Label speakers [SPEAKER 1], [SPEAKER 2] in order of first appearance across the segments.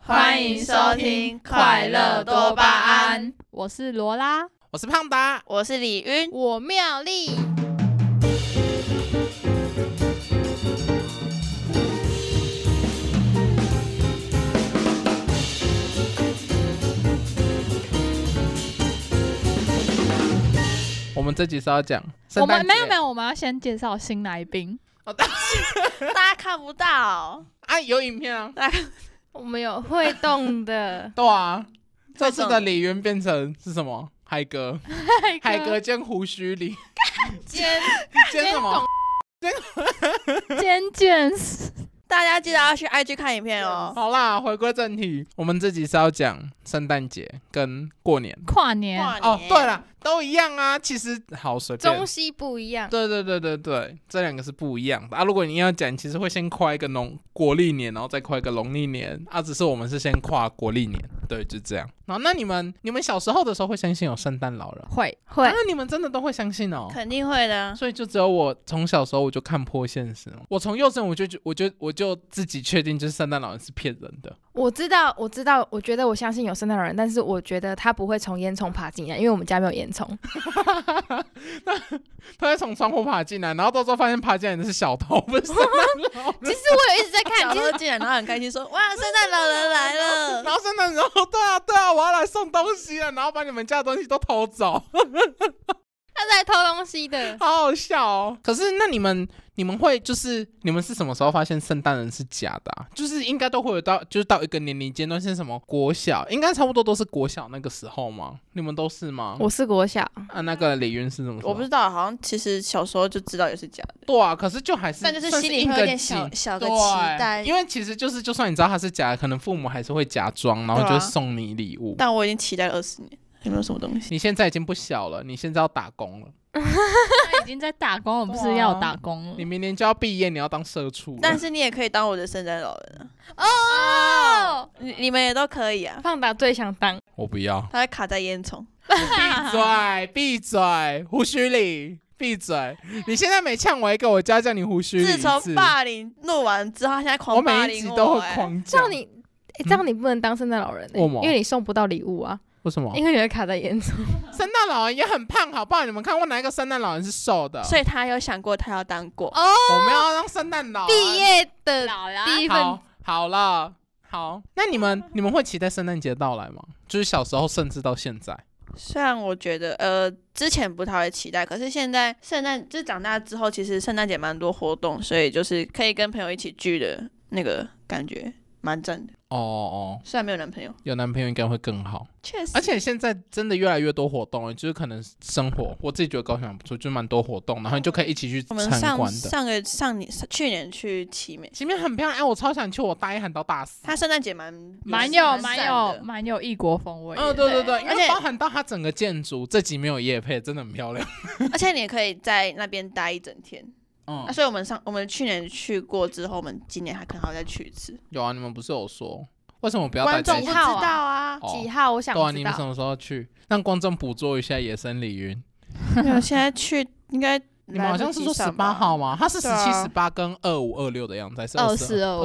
[SPEAKER 1] 欢迎收听《快乐多巴胺》，
[SPEAKER 2] 我是罗拉，
[SPEAKER 3] 我是胖达，
[SPEAKER 1] 我是李云。
[SPEAKER 2] 我妙丽。
[SPEAKER 3] 我们这集是要讲
[SPEAKER 2] 我
[SPEAKER 3] 圣诞
[SPEAKER 2] 们
[SPEAKER 3] 节
[SPEAKER 2] 没有没有，我们要先介绍新来宾。
[SPEAKER 3] 哦，但
[SPEAKER 1] 大家看不到，
[SPEAKER 3] 啊有影片
[SPEAKER 2] 哎
[SPEAKER 3] 啊，，
[SPEAKER 4] 我们有会动的
[SPEAKER 3] 对啊，这次的李渊变成是什么？海 哥，海哥兼胡须李，
[SPEAKER 4] 尖
[SPEAKER 3] 兼什么？
[SPEAKER 2] 尖尖，
[SPEAKER 1] 大家记得要去 IG 看影片哦。
[SPEAKER 3] 好啦，回归正题，我们这集是要讲圣诞节跟过年。
[SPEAKER 2] 跨年
[SPEAKER 1] 跨年
[SPEAKER 3] 哦，对了，都一样啊，其实好随便
[SPEAKER 4] 中。西不一样。
[SPEAKER 3] 对对对对对，这两个是不一样的啊。如果你要讲，其实会先跨一个农国历年，然后再跨一个农历年啊。只是我们是先跨国历年，对，就这样。然后那你们你们小时候的时候会相信有圣诞老人？
[SPEAKER 2] 会
[SPEAKER 4] 会
[SPEAKER 3] 啊，你们真的都会相信哦。
[SPEAKER 1] 肯定会的。
[SPEAKER 3] 所以就只有我从小时候我就看破现实，我从幼稚园我就我就我就自己确定就是圣诞老人是骗人的。
[SPEAKER 4] 我知道，我知道，我觉得我相信有圣诞老人，但是我觉得他不会从烟囱爬进来，因为我们家没有烟囱。
[SPEAKER 3] 他会从窗户爬进来，然后到时候发现爬进来的是小偷，不是圣诞 老人。
[SPEAKER 4] 其实我有一直在
[SPEAKER 1] 小
[SPEAKER 4] 看，其实
[SPEAKER 1] 偷进来，然后很开心说：“哇，圣诞老人来 了
[SPEAKER 3] 然后圣诞老人说，对啊对啊，我要来送东西了，然后把你们家的东西都偷走，。
[SPEAKER 4] 他是来偷东西的
[SPEAKER 3] 好好笑哦。可是那你们你们会就是你们是什么时候发现圣诞人是假的、啊？就是应该都会有到就是到一个年龄阶段，是什么国小，应该差不多都是国小那个时候吗？你们都是吗？
[SPEAKER 4] 我是国小，
[SPEAKER 3] 啊，那个李云是怎么？”说？
[SPEAKER 1] 我不知道，好像其实小时候就知道也是假的，
[SPEAKER 3] 对啊，可是就还是，
[SPEAKER 1] 但就是
[SPEAKER 3] 算
[SPEAKER 1] 心里
[SPEAKER 3] 硬
[SPEAKER 1] 会有
[SPEAKER 3] 个
[SPEAKER 1] 点
[SPEAKER 3] 劲
[SPEAKER 1] 小小个
[SPEAKER 3] 对，
[SPEAKER 1] 期待。
[SPEAKER 3] 因为其实就是，就算你知道他是假的，可能父母还是会假装，然后
[SPEAKER 1] 对啊
[SPEAKER 3] 就送你礼物。
[SPEAKER 1] 但我已经期待了二十年，有没有什么东西？
[SPEAKER 3] 你现在已经不小了，你现在要打工了，
[SPEAKER 2] 他已经在打工了，不是要打工了
[SPEAKER 3] 你。明年就要毕业，你要当社畜了。
[SPEAKER 1] 但是你也可以当我的圣诞老人啊，
[SPEAKER 4] 哦，
[SPEAKER 1] 你你们也都可以啊。
[SPEAKER 4] 胖达最想当，
[SPEAKER 3] 我不要，
[SPEAKER 1] 他会卡在烟囱，
[SPEAKER 3] 闭嘴，闭嘴，胡须里，闭嘴！你现在每呛我一个，我就要叫你胡须里一
[SPEAKER 1] 自
[SPEAKER 3] 次。
[SPEAKER 1] 从霸凌录完之后，他现在
[SPEAKER 3] 我
[SPEAKER 1] 狂霸
[SPEAKER 3] 每一集
[SPEAKER 1] 凌
[SPEAKER 3] 都
[SPEAKER 1] 哎
[SPEAKER 3] 会狂
[SPEAKER 4] 这
[SPEAKER 3] 叫
[SPEAKER 4] 样你。欸诶这样你不能当圣诞老人、欸，
[SPEAKER 3] 为什么哦
[SPEAKER 4] 因为你送不到礼物啊，
[SPEAKER 3] 为什么？
[SPEAKER 4] 因为你会卡在烟囱。
[SPEAKER 3] 圣诞老人也很胖，好不好？你们看过哪一个圣诞老人是瘦 的？
[SPEAKER 1] 所以他有想过他要当过。
[SPEAKER 4] 哦，
[SPEAKER 3] 我们要让圣诞老人
[SPEAKER 4] 毕业的
[SPEAKER 2] 老啦
[SPEAKER 4] 第一份
[SPEAKER 3] 好，好了，好。那你们你们会期待圣诞节到来吗？就是小时候，甚至到现在。
[SPEAKER 1] 虽然我觉得，呃，之前不太会期待，可是现在圣诞就是长大之后，其实圣诞节蛮多活动，所以就是可以跟朋友一起聚的那个感觉，蛮赞的。
[SPEAKER 3] 哦哦，
[SPEAKER 1] 虽然没有男朋友，
[SPEAKER 3] 有男朋友应该会更好。
[SPEAKER 1] 确实
[SPEAKER 3] 而且现在真的越来越多活动了，就是可能生活，我自己觉得高雄还不错，就是蛮多活动，然后你就可以一起去
[SPEAKER 1] 我们
[SPEAKER 3] 参
[SPEAKER 1] 上
[SPEAKER 3] 观的。
[SPEAKER 1] 上个上年去年去奇美，
[SPEAKER 3] 前面很漂亮，哎，我超想去，我大一喊到大四。
[SPEAKER 1] 他圣诞节蛮
[SPEAKER 2] 蛮有
[SPEAKER 1] 蛮
[SPEAKER 2] 蛮
[SPEAKER 1] 赞
[SPEAKER 2] 有
[SPEAKER 1] 的
[SPEAKER 2] 蛮有异国风味的。
[SPEAKER 3] 嗯，对
[SPEAKER 1] 对
[SPEAKER 3] 对对，因
[SPEAKER 1] 而且
[SPEAKER 3] 为包含到它整个建筑，这集没有夜配，真的很漂亮。
[SPEAKER 1] 而且你也可以在那边待一整天。
[SPEAKER 3] 嗯
[SPEAKER 1] 啊，，所以我们上我们去年去过之后，我们今年还可能还要再去一次。
[SPEAKER 3] 有啊，你们不是有说为什么不要
[SPEAKER 4] 观
[SPEAKER 3] 待在
[SPEAKER 4] 众
[SPEAKER 3] 一
[SPEAKER 1] 不
[SPEAKER 3] 起
[SPEAKER 1] 知
[SPEAKER 4] 不
[SPEAKER 1] 道
[SPEAKER 4] 知道
[SPEAKER 1] 啊，
[SPEAKER 3] 哦
[SPEAKER 4] 几号？我想
[SPEAKER 3] 对啊，
[SPEAKER 4] 知
[SPEAKER 3] 你们
[SPEAKER 4] 道
[SPEAKER 3] 什。么时候去？让观众捕捉一下野生李云。
[SPEAKER 1] 没有，现在去应该
[SPEAKER 3] 你们好像是说十八号吗？它是十
[SPEAKER 1] 对
[SPEAKER 3] 七、
[SPEAKER 1] 啊
[SPEAKER 3] 十八跟二五、二六的样子，还是二
[SPEAKER 2] 24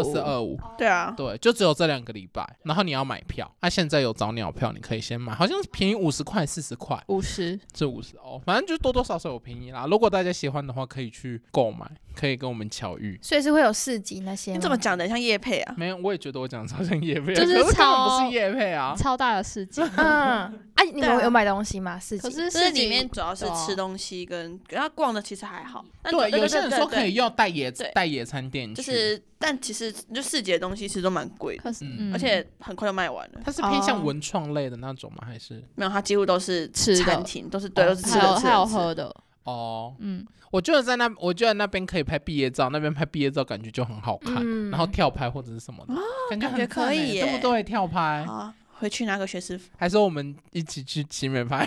[SPEAKER 3] 四、二五？
[SPEAKER 1] 对啊，
[SPEAKER 3] 对，就只有这两个礼拜。然后你要买票，它、现在有早鸟票，你可以先买，好像是便宜五十块、四十块，
[SPEAKER 2] 五十，
[SPEAKER 3] 这五十哦，反正就多多少少有便宜啦。如果大家喜欢的话，可以去购买，可以跟我们巧遇。
[SPEAKER 4] 所以是会有市集那些吗。
[SPEAKER 1] 你怎么讲的像叶配啊？
[SPEAKER 3] 没有，我也觉得我讲的超像叶配，啊
[SPEAKER 2] 就是
[SPEAKER 3] 可是根本
[SPEAKER 2] 超
[SPEAKER 3] 不是叶配啊。
[SPEAKER 2] 超大的世界。
[SPEAKER 4] 嗯，哎、你
[SPEAKER 1] 对啊
[SPEAKER 4] 们有买东西吗？市集？
[SPEAKER 2] 可
[SPEAKER 1] 就
[SPEAKER 2] 是
[SPEAKER 1] 是
[SPEAKER 2] 世
[SPEAKER 1] 里
[SPEAKER 2] 纪
[SPEAKER 1] 面主要是
[SPEAKER 2] 对啊
[SPEAKER 1] 吃东西跟，然后逛的其实还好。但
[SPEAKER 3] 对，有些人说可以。要带野
[SPEAKER 1] 对
[SPEAKER 3] 带野餐垫
[SPEAKER 1] 对对对
[SPEAKER 3] 去，
[SPEAKER 1] 就是，但其实就市集的东西其实都蛮贵的，
[SPEAKER 2] 可是，
[SPEAKER 3] 嗯
[SPEAKER 1] 而且很快就卖完了。
[SPEAKER 3] 它是偏向
[SPEAKER 4] 哦
[SPEAKER 3] 文创类的那种吗？还是
[SPEAKER 1] 没有，它几乎都是
[SPEAKER 2] 吃的
[SPEAKER 1] 餐厅，都是对，
[SPEAKER 3] 哦
[SPEAKER 1] 都是吃
[SPEAKER 2] 还有
[SPEAKER 1] 的，吃
[SPEAKER 2] 还有
[SPEAKER 1] 的。吃的
[SPEAKER 2] 喝的，
[SPEAKER 3] 哦？
[SPEAKER 2] 嗯，
[SPEAKER 3] 我觉得在那，我觉得那边可以拍毕业照，那边拍毕业照感觉就很好看，
[SPEAKER 4] 嗯
[SPEAKER 3] 然后跳拍或者是什么的，感觉
[SPEAKER 1] 感觉
[SPEAKER 3] 很赞
[SPEAKER 1] 可以
[SPEAKER 3] 欸
[SPEAKER 1] 耶
[SPEAKER 3] 这么多人跳拍
[SPEAKER 1] 好，啊，回去拿个学士服。
[SPEAKER 3] 还说我们一起去集美拍，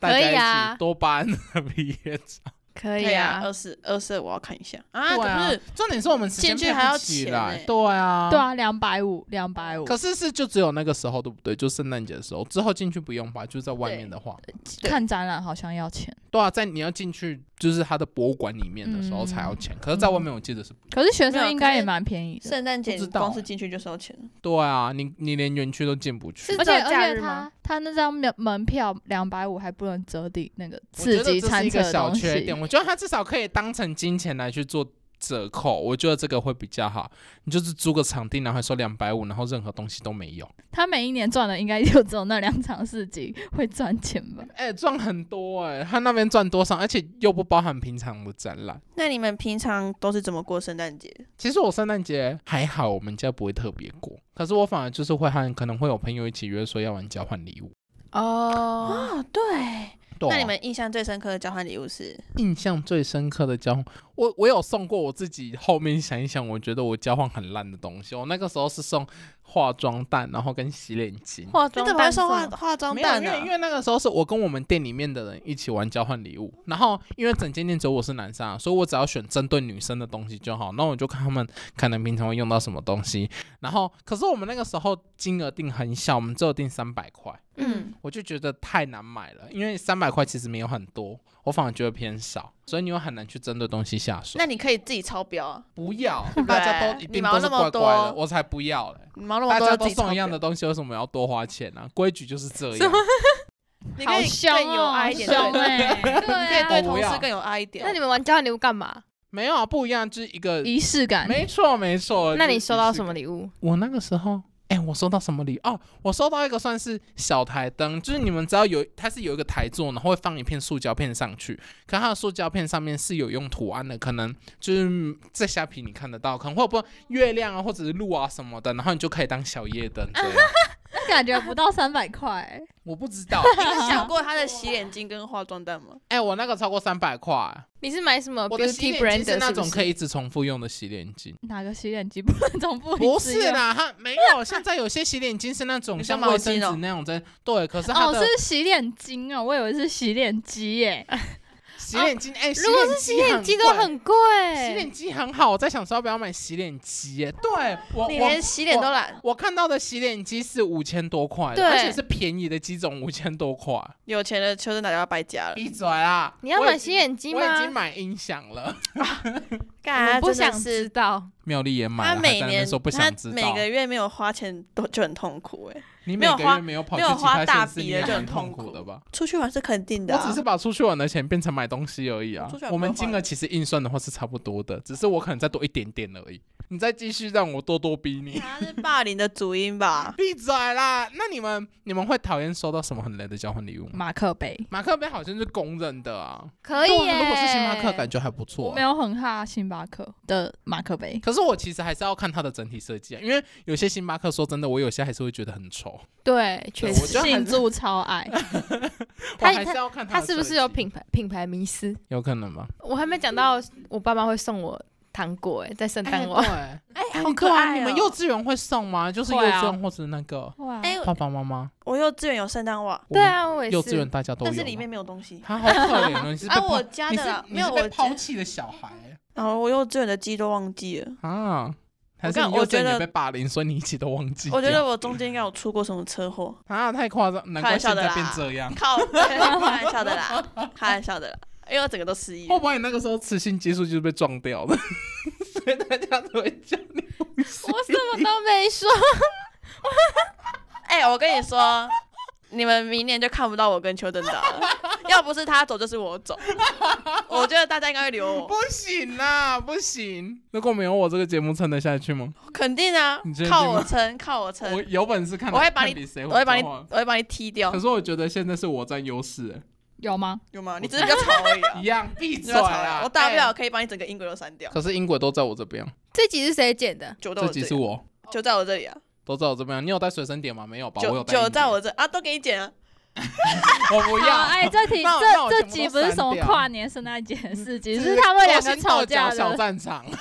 [SPEAKER 3] 大
[SPEAKER 4] 可以
[SPEAKER 3] 家一
[SPEAKER 4] 啊
[SPEAKER 3] 起多巴胺的毕业照，
[SPEAKER 4] 可
[SPEAKER 1] 对
[SPEAKER 4] 以
[SPEAKER 1] 呀，
[SPEAKER 4] 啊，
[SPEAKER 1] 二四二四我要看一下啊，
[SPEAKER 3] 对啊
[SPEAKER 1] 可是，
[SPEAKER 3] 重点是我们时间
[SPEAKER 1] 进去还
[SPEAKER 3] 配不
[SPEAKER 1] 要
[SPEAKER 3] 起
[SPEAKER 1] 钱
[SPEAKER 3] 来，
[SPEAKER 1] 欸
[SPEAKER 3] 对啊，
[SPEAKER 2] 对。啊，两百五，两百五。
[SPEAKER 3] 可是是就只有那个时候对不对？就圣诞节的时候，之后进去不用吧？就在外面的话，
[SPEAKER 1] 对
[SPEAKER 2] 看展览好像要钱，
[SPEAKER 3] 对啊，在你要进去就是他的博物馆里面的时候才要钱，可是在外面我记得是不
[SPEAKER 2] 可是学
[SPEAKER 1] 没有
[SPEAKER 2] 生应该
[SPEAKER 1] 可
[SPEAKER 2] 也
[SPEAKER 1] 是
[SPEAKER 2] 蛮便宜的，
[SPEAKER 1] 圣诞节
[SPEAKER 3] 不知
[SPEAKER 1] 你
[SPEAKER 3] 道
[SPEAKER 1] 光
[SPEAKER 3] 欸
[SPEAKER 1] 是进去就收钱了，
[SPEAKER 3] 对啊，你你连园区都进不去
[SPEAKER 4] 是
[SPEAKER 2] 而，且
[SPEAKER 4] 只有
[SPEAKER 2] 而
[SPEAKER 4] 假
[SPEAKER 2] 且
[SPEAKER 4] 日
[SPEAKER 2] 他
[SPEAKER 4] 吗
[SPEAKER 2] 他那张门门票两百五还不能折抵那个
[SPEAKER 3] 我觉
[SPEAKER 2] 自
[SPEAKER 3] 得
[SPEAKER 2] 己
[SPEAKER 3] 这是
[SPEAKER 2] 餐
[SPEAKER 3] 一
[SPEAKER 2] 车
[SPEAKER 3] 个
[SPEAKER 2] 的
[SPEAKER 3] 小
[SPEAKER 2] 东
[SPEAKER 3] 缺
[SPEAKER 2] 西
[SPEAKER 3] 点。。我觉得他至少可以当成金钱来去做折扣，我觉得这个会比较好。你就是租个场地，然后还收两百五，然后任何东西都没有，
[SPEAKER 2] 他每一年赚的应该就只有那两场市集会赚钱 吧？
[SPEAKER 3] 哎、赚很多哎、他那边赚多少，而且又不包含平常的展览。
[SPEAKER 1] 那你们平常都是怎么过圣诞节？
[SPEAKER 3] 其实我圣诞节还好，我们家不会特别过，可是我反而就是会和可能会有朋友一起约说要玩交换礼物。
[SPEAKER 4] 哦，
[SPEAKER 1] 哦，对，
[SPEAKER 3] 对啊
[SPEAKER 1] 那你们印象最深刻的交换礼物是？
[SPEAKER 3] 印象最深刻的交换，我我有送过我自己，后面想一想，我觉得我交换很烂的东西。我那个时候是送化妆蛋，然后跟洗脸巾。
[SPEAKER 4] 化
[SPEAKER 1] 你
[SPEAKER 4] 妆
[SPEAKER 1] 怎么
[SPEAKER 4] 蛋
[SPEAKER 1] 会送化
[SPEAKER 4] 是吗
[SPEAKER 1] 化妆
[SPEAKER 3] 没有，
[SPEAKER 1] 蛋
[SPEAKER 3] 因
[SPEAKER 1] 呢、
[SPEAKER 3] 为因为那个时候是我跟我们店里面的人一起玩交换礼物，然后因为整间店只有我是男生、啊，所以我只要选针对女生的东西就好。那我就看他们可能平常会用到什么东西，然后可是我们那个时候金额定很小，我们只有定三百块，
[SPEAKER 1] 嗯，
[SPEAKER 3] 我就觉得太难买了，因为三百块其实没有很多，我反而觉得偏少，所以你又很难去针对东西下 手。
[SPEAKER 1] 那你可以自己超标啊，
[SPEAKER 3] 不要，
[SPEAKER 1] 对
[SPEAKER 3] 大家都一定
[SPEAKER 1] 你毛
[SPEAKER 3] 都是
[SPEAKER 1] 那么
[SPEAKER 3] 怪怪的，
[SPEAKER 1] 多
[SPEAKER 3] 我才不要嘞。
[SPEAKER 1] 你忙那么
[SPEAKER 3] 大
[SPEAKER 1] 多
[SPEAKER 3] 家
[SPEAKER 1] 要
[SPEAKER 3] 都
[SPEAKER 1] 自己超
[SPEAKER 3] 送一样
[SPEAKER 1] 标
[SPEAKER 3] 的，东西，为什么要多花钱呢、规矩就是这
[SPEAKER 4] 什
[SPEAKER 3] 样
[SPEAKER 4] 么。
[SPEAKER 1] 你可
[SPEAKER 2] 好
[SPEAKER 1] 以
[SPEAKER 2] 凶
[SPEAKER 1] 更有
[SPEAKER 3] 啊
[SPEAKER 2] 哦，
[SPEAKER 1] 爱一点，
[SPEAKER 2] 凶
[SPEAKER 1] 对
[SPEAKER 2] 哎、
[SPEAKER 1] 你 可以
[SPEAKER 2] 对
[SPEAKER 1] 对
[SPEAKER 2] 啊，
[SPEAKER 3] 我不
[SPEAKER 1] 同
[SPEAKER 3] 要
[SPEAKER 1] 事更有爱一点。
[SPEAKER 4] 那你们玩交换礼物干嘛？
[SPEAKER 3] 没有啊，不一样，就是一个。
[SPEAKER 2] 仪式感。
[SPEAKER 3] 没错，没错。
[SPEAKER 4] 那
[SPEAKER 3] 就
[SPEAKER 4] 你收到什？
[SPEAKER 3] 就
[SPEAKER 4] 么
[SPEAKER 3] 呃是
[SPEAKER 4] 礼物？
[SPEAKER 3] 我那个时候，哎、我收到什么礼？哦，我收到一个算是小台灯，就是你们只要有，它是有一个台座，然后会放一片塑胶片上去，可它的塑胶片上面是有用图案的，可能就是在虾皮你看得到，可能会有不月亮啊，或者是鹿啊什么的，然后你就可以当小夜 灯这样。
[SPEAKER 2] 那感觉不到三百块，
[SPEAKER 3] 我不知道，
[SPEAKER 1] 你有想过他的洗脸巾跟化妆蛋 吗？
[SPEAKER 3] 哎、我那个超过三百块，
[SPEAKER 4] 你是买什么
[SPEAKER 3] 我的洗
[SPEAKER 4] beauty
[SPEAKER 3] 脸
[SPEAKER 4] brand
[SPEAKER 3] 巾是那
[SPEAKER 4] 不
[SPEAKER 3] 种可
[SPEAKER 4] 是？
[SPEAKER 3] 以一直重复用的洗脸巾。
[SPEAKER 2] 哪个洗脸机不能重复一次用？
[SPEAKER 3] 不是啦，它没有。现在有些洗脸巾是那种
[SPEAKER 1] 你说
[SPEAKER 3] 像卫
[SPEAKER 1] 毛
[SPEAKER 3] 生
[SPEAKER 1] 巾哦
[SPEAKER 3] 纸那种针，对。可是它
[SPEAKER 2] 哦，
[SPEAKER 3] 的
[SPEAKER 2] 是洗脸巾哦，我以为是洗脸机耶。
[SPEAKER 3] 洗脸巾，哎、
[SPEAKER 4] 如果是洗
[SPEAKER 3] 洗
[SPEAKER 4] 脸
[SPEAKER 3] 机
[SPEAKER 4] 机都很贵，
[SPEAKER 3] 洗脸机很好，我在想说要不要买洗脸机耶？对我
[SPEAKER 1] 你
[SPEAKER 3] 我
[SPEAKER 1] 连洗脸都懒，
[SPEAKER 3] 我看到的洗脸机是五千多块的，
[SPEAKER 4] 对
[SPEAKER 3] 而且是便宜的机种，五千多块。
[SPEAKER 1] 有钱的邱生打电话败家了。
[SPEAKER 3] 闭嘴啦！
[SPEAKER 4] 你要
[SPEAKER 3] 我已
[SPEAKER 4] 买洗脸机
[SPEAKER 3] 我已经
[SPEAKER 4] 吗？
[SPEAKER 3] 买音响了，
[SPEAKER 1] 干
[SPEAKER 4] 我不想知
[SPEAKER 1] 是
[SPEAKER 4] 道，
[SPEAKER 3] 妙丽也买了，
[SPEAKER 1] 他
[SPEAKER 3] 还
[SPEAKER 1] 每
[SPEAKER 3] 在那边
[SPEAKER 1] 年
[SPEAKER 3] 说不
[SPEAKER 1] 他
[SPEAKER 3] 想知道。
[SPEAKER 1] 每个月没有花钱都就很痛苦哎。
[SPEAKER 3] 你每
[SPEAKER 1] 没有
[SPEAKER 3] 个
[SPEAKER 1] 花
[SPEAKER 3] 月没有跑
[SPEAKER 1] 没
[SPEAKER 3] 去
[SPEAKER 1] 有
[SPEAKER 3] 其他
[SPEAKER 1] 花大
[SPEAKER 3] 县市，
[SPEAKER 1] 笔
[SPEAKER 3] 你
[SPEAKER 1] 的
[SPEAKER 3] 也
[SPEAKER 1] 就
[SPEAKER 3] 很
[SPEAKER 1] 很
[SPEAKER 3] 痛
[SPEAKER 1] 痛
[SPEAKER 3] 苦
[SPEAKER 1] 苦
[SPEAKER 3] 的吧？
[SPEAKER 1] 出去玩是肯定的
[SPEAKER 3] 我
[SPEAKER 1] 啊，
[SPEAKER 3] 只是把出去玩的钱变成买东西而已啊
[SPEAKER 1] 我出去。玩
[SPEAKER 3] 我们
[SPEAKER 1] 不会花
[SPEAKER 3] 金额其实硬算的话是差不多的，只是我可能再多一点点而已。你再继续让我咄咄逼你，
[SPEAKER 1] 他是霸凌的主因
[SPEAKER 3] ？
[SPEAKER 1] 吧
[SPEAKER 3] 闭嘴啦！那你们你们会讨厌收到什么很雷的交换礼物吗？
[SPEAKER 2] 马克杯，
[SPEAKER 3] 马克杯好像是公认的啊。
[SPEAKER 4] 可以
[SPEAKER 3] 对啊
[SPEAKER 4] 耶。
[SPEAKER 3] 如果是星巴克，感觉还不错
[SPEAKER 2] 我没
[SPEAKER 3] 啊。
[SPEAKER 2] 有很怕星巴克的马克杯。
[SPEAKER 3] 可是我其实还是要看它的整体设计啊，因为有些星巴克说真的，我有些还是会觉得很丑。
[SPEAKER 4] 对，确
[SPEAKER 3] 我
[SPEAKER 4] 实，
[SPEAKER 3] 觉得还
[SPEAKER 2] 庆
[SPEAKER 3] 是
[SPEAKER 2] 祝超爱，
[SPEAKER 3] 我
[SPEAKER 4] 它
[SPEAKER 3] 还是要看
[SPEAKER 4] 它
[SPEAKER 3] 的
[SPEAKER 4] 是不
[SPEAKER 3] 设
[SPEAKER 4] 是有
[SPEAKER 3] 计？
[SPEAKER 4] 品牌品牌迷思？
[SPEAKER 3] 有可能吗？
[SPEAKER 4] 我还没讲到，我爸妈会送我糖果哎，在圣诞晚。
[SPEAKER 3] 嗯哎
[SPEAKER 1] 哎，
[SPEAKER 3] 对，
[SPEAKER 1] 好
[SPEAKER 3] 对
[SPEAKER 1] 可
[SPEAKER 3] 啊！
[SPEAKER 1] 爱
[SPEAKER 3] 你
[SPEAKER 1] 哦
[SPEAKER 3] 们幼稚园会送吗？就是幼
[SPEAKER 2] 会啊
[SPEAKER 3] 稚园或者那个
[SPEAKER 2] 哇！
[SPEAKER 1] 哎，
[SPEAKER 3] 爸爸妈妈。
[SPEAKER 1] 我幼稚园有圣诞袜，
[SPEAKER 4] 对啊，我也
[SPEAKER 3] 幼稚园
[SPEAKER 4] 是。
[SPEAKER 3] 大家都有
[SPEAKER 1] 但
[SPEAKER 3] 吗，
[SPEAKER 1] 是里面没有东西。
[SPEAKER 3] 他好可 怜哦，你是被
[SPEAKER 1] 啊，
[SPEAKER 3] 抛
[SPEAKER 1] 我家
[SPEAKER 3] 你
[SPEAKER 1] 的
[SPEAKER 3] 是
[SPEAKER 1] 啦
[SPEAKER 3] 你
[SPEAKER 1] 没
[SPEAKER 3] 是
[SPEAKER 1] 有
[SPEAKER 3] 被
[SPEAKER 1] 我
[SPEAKER 3] 抛
[SPEAKER 1] 家，
[SPEAKER 3] 弃的小 孩
[SPEAKER 1] 然后我幼稚园的记忆都忘记了。
[SPEAKER 3] 啊，还是
[SPEAKER 1] 我
[SPEAKER 3] 你
[SPEAKER 1] 跟
[SPEAKER 3] 幼
[SPEAKER 1] 我
[SPEAKER 3] 稚
[SPEAKER 1] 觉
[SPEAKER 3] 园
[SPEAKER 1] 得
[SPEAKER 3] 也被霸凌，所以你一起都忘记掉。
[SPEAKER 1] 我觉得我中间应该有出过什么车祸，
[SPEAKER 3] 啊，太夸张，难
[SPEAKER 1] 开
[SPEAKER 3] 怪
[SPEAKER 1] 玩笑
[SPEAKER 3] 现
[SPEAKER 1] 的
[SPEAKER 3] 在
[SPEAKER 1] 啦
[SPEAKER 3] 变这 样。
[SPEAKER 1] 靠，开玩笑的 啦，开玩笑的啦，因为我整个都失忆了
[SPEAKER 3] 会。不会你那个时候雌性激素就是被撞掉了， 所以大家都会叫你无性
[SPEAKER 4] 我什么都没说，
[SPEAKER 1] 哎、我跟你说，你们明年就看不到我跟邱登达了。要不是他走，就是我 走。我觉得大家应该会留
[SPEAKER 3] 不
[SPEAKER 1] 我，
[SPEAKER 3] 行啦，不行！如果没有我这个节目撑得下去吗？
[SPEAKER 1] 肯定啊
[SPEAKER 3] 你确定，吗
[SPEAKER 1] 靠我撑，靠我撑
[SPEAKER 3] 我，有本事看，
[SPEAKER 1] 我会把
[SPEAKER 3] 看
[SPEAKER 1] 你
[SPEAKER 3] 比谁会
[SPEAKER 1] 我会把你，
[SPEAKER 3] 交往
[SPEAKER 1] 我会把你踢掉
[SPEAKER 3] 可，是我觉得现在是我占优势，欸
[SPEAKER 2] 有吗？
[SPEAKER 1] 有吗？你只是比较吵而已啊
[SPEAKER 3] 一，样闭
[SPEAKER 1] 你只
[SPEAKER 3] 嘴
[SPEAKER 1] 是比较吵而已
[SPEAKER 3] 啦！
[SPEAKER 1] 啊。我大不了
[SPEAKER 3] 哎。
[SPEAKER 1] 可以把你整个音轨都删掉，
[SPEAKER 3] 可是英国都在我这边，
[SPEAKER 4] 这集是谁剪的？
[SPEAKER 1] 酒在我
[SPEAKER 3] 这
[SPEAKER 1] 这
[SPEAKER 3] 集是
[SPEAKER 1] 里，
[SPEAKER 3] 我。
[SPEAKER 1] 酒在我这里啊，
[SPEAKER 3] 都在我这边。你有带随身点吗？没有吧？我
[SPEAKER 1] 酒
[SPEAKER 3] 有带一点。
[SPEAKER 1] 酒在我这啊，都给你剪啊。
[SPEAKER 3] 我
[SPEAKER 2] 好，
[SPEAKER 3] 不要。
[SPEAKER 2] 哎，这题
[SPEAKER 3] 那我那我
[SPEAKER 2] 这这
[SPEAKER 3] 全部
[SPEAKER 2] 集
[SPEAKER 3] 都
[SPEAKER 2] 不是
[SPEAKER 3] 删
[SPEAKER 2] 什么
[SPEAKER 3] 掉
[SPEAKER 2] 跨年圣诞节的事情，是他们两个吵架
[SPEAKER 3] 小
[SPEAKER 2] 的。
[SPEAKER 3] 战场。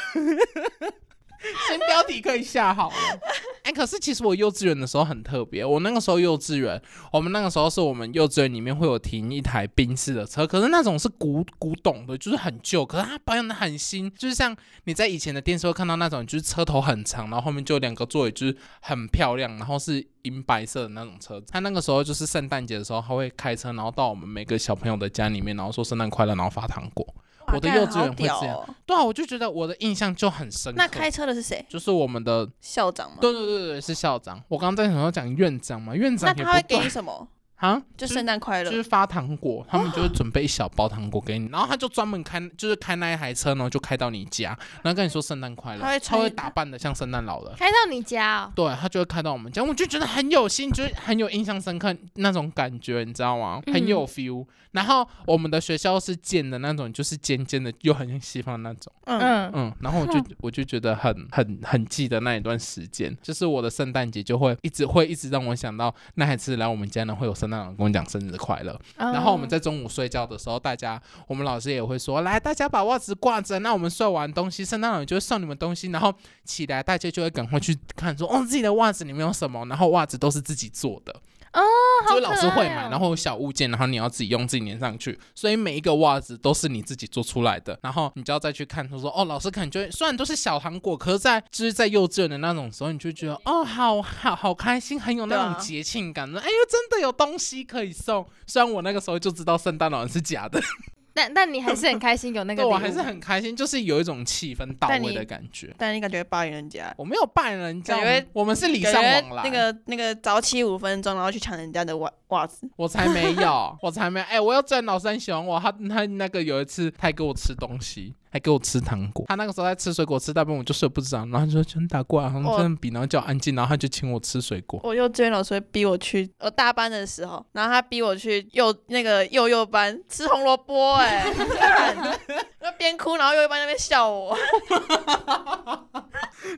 [SPEAKER 3] 先标题可以下好了。哎、可是其实我幼稚园的时候很特别，我那个时候幼稚园，我们那个时候是我们幼稚园里面会有停一台宾士的车，可是那种是古古董的，就是很旧，可是它保养的很新，就是像你在以前的电视会看到那种，就是车头很长，然后后面就有两个座椅，就是很漂亮，然后是银白色的那种车子。他那个时候就是圣诞节的时候，他会开车，然后到我们每个小朋友的家里面，然后说圣诞快乐，然后发糖果。我的
[SPEAKER 1] 哇干
[SPEAKER 3] 幼稚园
[SPEAKER 1] 好
[SPEAKER 3] 会这样
[SPEAKER 1] 屌哦
[SPEAKER 3] 对啊，我就觉得我的印象就很深刻。
[SPEAKER 1] 那开车的是谁？
[SPEAKER 3] 就是我们的，
[SPEAKER 1] 校长吗？
[SPEAKER 3] 对对对对，是校长。我刚刚在想要讲院长嘛，院长
[SPEAKER 1] 那
[SPEAKER 3] 也
[SPEAKER 1] 他会
[SPEAKER 3] 不
[SPEAKER 1] 给
[SPEAKER 3] 对
[SPEAKER 1] 你什么？
[SPEAKER 3] 啊，
[SPEAKER 1] 就是圣诞快乐
[SPEAKER 3] 就。是发糖果，他们就会准备一小包糖果给你，然后他就专门开，就是开那一台车，然后就开到你家，然后跟你说圣诞快乐，
[SPEAKER 1] 他会
[SPEAKER 3] 他会
[SPEAKER 1] 穿
[SPEAKER 3] 打扮的像圣诞老人。
[SPEAKER 4] 开到你家哦，
[SPEAKER 3] 对他就会开到我们家，我就觉得很有心，就是很有印象深刻那种感觉，你知道吗？
[SPEAKER 4] 嗯
[SPEAKER 3] 很有 feel。然后我们的学校是建的那种，就是尖尖的，又很像西方的那种。
[SPEAKER 1] 嗯，
[SPEAKER 4] 嗯，
[SPEAKER 3] 嗯，然后我就我就觉得很很很记得那一段时间，就是我的圣诞节就会一直会一直让我想到那一次来我们家呢会有圣诞老公讲生日快乐，
[SPEAKER 4] 哦
[SPEAKER 3] 然后我
[SPEAKER 4] 嗯
[SPEAKER 3] 们在中午睡觉的时候，大家我们老师也会说，来大家把袜子挂着，那我们睡完东西，圣诞老人就会送你们东西，然后起来大家就会赶快去看说，哦自己的袜子里面有什么，然后袜子都是自己做的。
[SPEAKER 4] 哦，
[SPEAKER 3] 就
[SPEAKER 4] 好
[SPEAKER 3] 是老师
[SPEAKER 4] 可
[SPEAKER 3] 会
[SPEAKER 4] 爱
[SPEAKER 3] 买，
[SPEAKER 4] 哦
[SPEAKER 3] 然后有小物件，然后你要自己用自己粘上去，所以每一个袜子都是你自己做出来的，然后你就要再去看，他说哦，老师可能就会虽然都是小糖果，可是在就是在幼稚园的那种时候，你就觉得哦，好好好开心，很有那
[SPEAKER 1] 对
[SPEAKER 3] 种
[SPEAKER 1] 啊
[SPEAKER 3] 节庆感，说哎呦，真的有东西可以送。虽然我那个时候就知道圣诞老人是假 的，
[SPEAKER 4] 但但你还是很开心有那 个
[SPEAKER 3] 但
[SPEAKER 4] 礼物，
[SPEAKER 3] 我还是很开心，就是有一种气氛到
[SPEAKER 1] 但
[SPEAKER 3] 位
[SPEAKER 1] 你
[SPEAKER 3] 的感觉。
[SPEAKER 1] 但你感觉霸凌人家，
[SPEAKER 3] 我没有拜人家，
[SPEAKER 1] 感
[SPEAKER 3] 我
[SPEAKER 1] 觉
[SPEAKER 3] 们我们是礼
[SPEAKER 1] 感
[SPEAKER 3] 尚
[SPEAKER 1] 觉
[SPEAKER 3] 往来。
[SPEAKER 1] 那个那个早起五分钟，然后去抢人家的袜袜子，
[SPEAKER 3] 我才没有，我才没有。哎、我要真老师很喜欢我，他他那个有一次，他还给我吃东西，还给我吃糖果。他那个时候在吃水果，吃到一半我就睡不着，然后他就说真打过来，然后
[SPEAKER 1] 哦
[SPEAKER 3] 真的比，然后叫我安静，然后他就请我吃水果。
[SPEAKER 1] 我幼稚园老师会逼我去，我大班的时候，然后他逼我去幼那个幼幼班吃红萝卜、 哎，看那边哭，然后幼幼班那边笑我，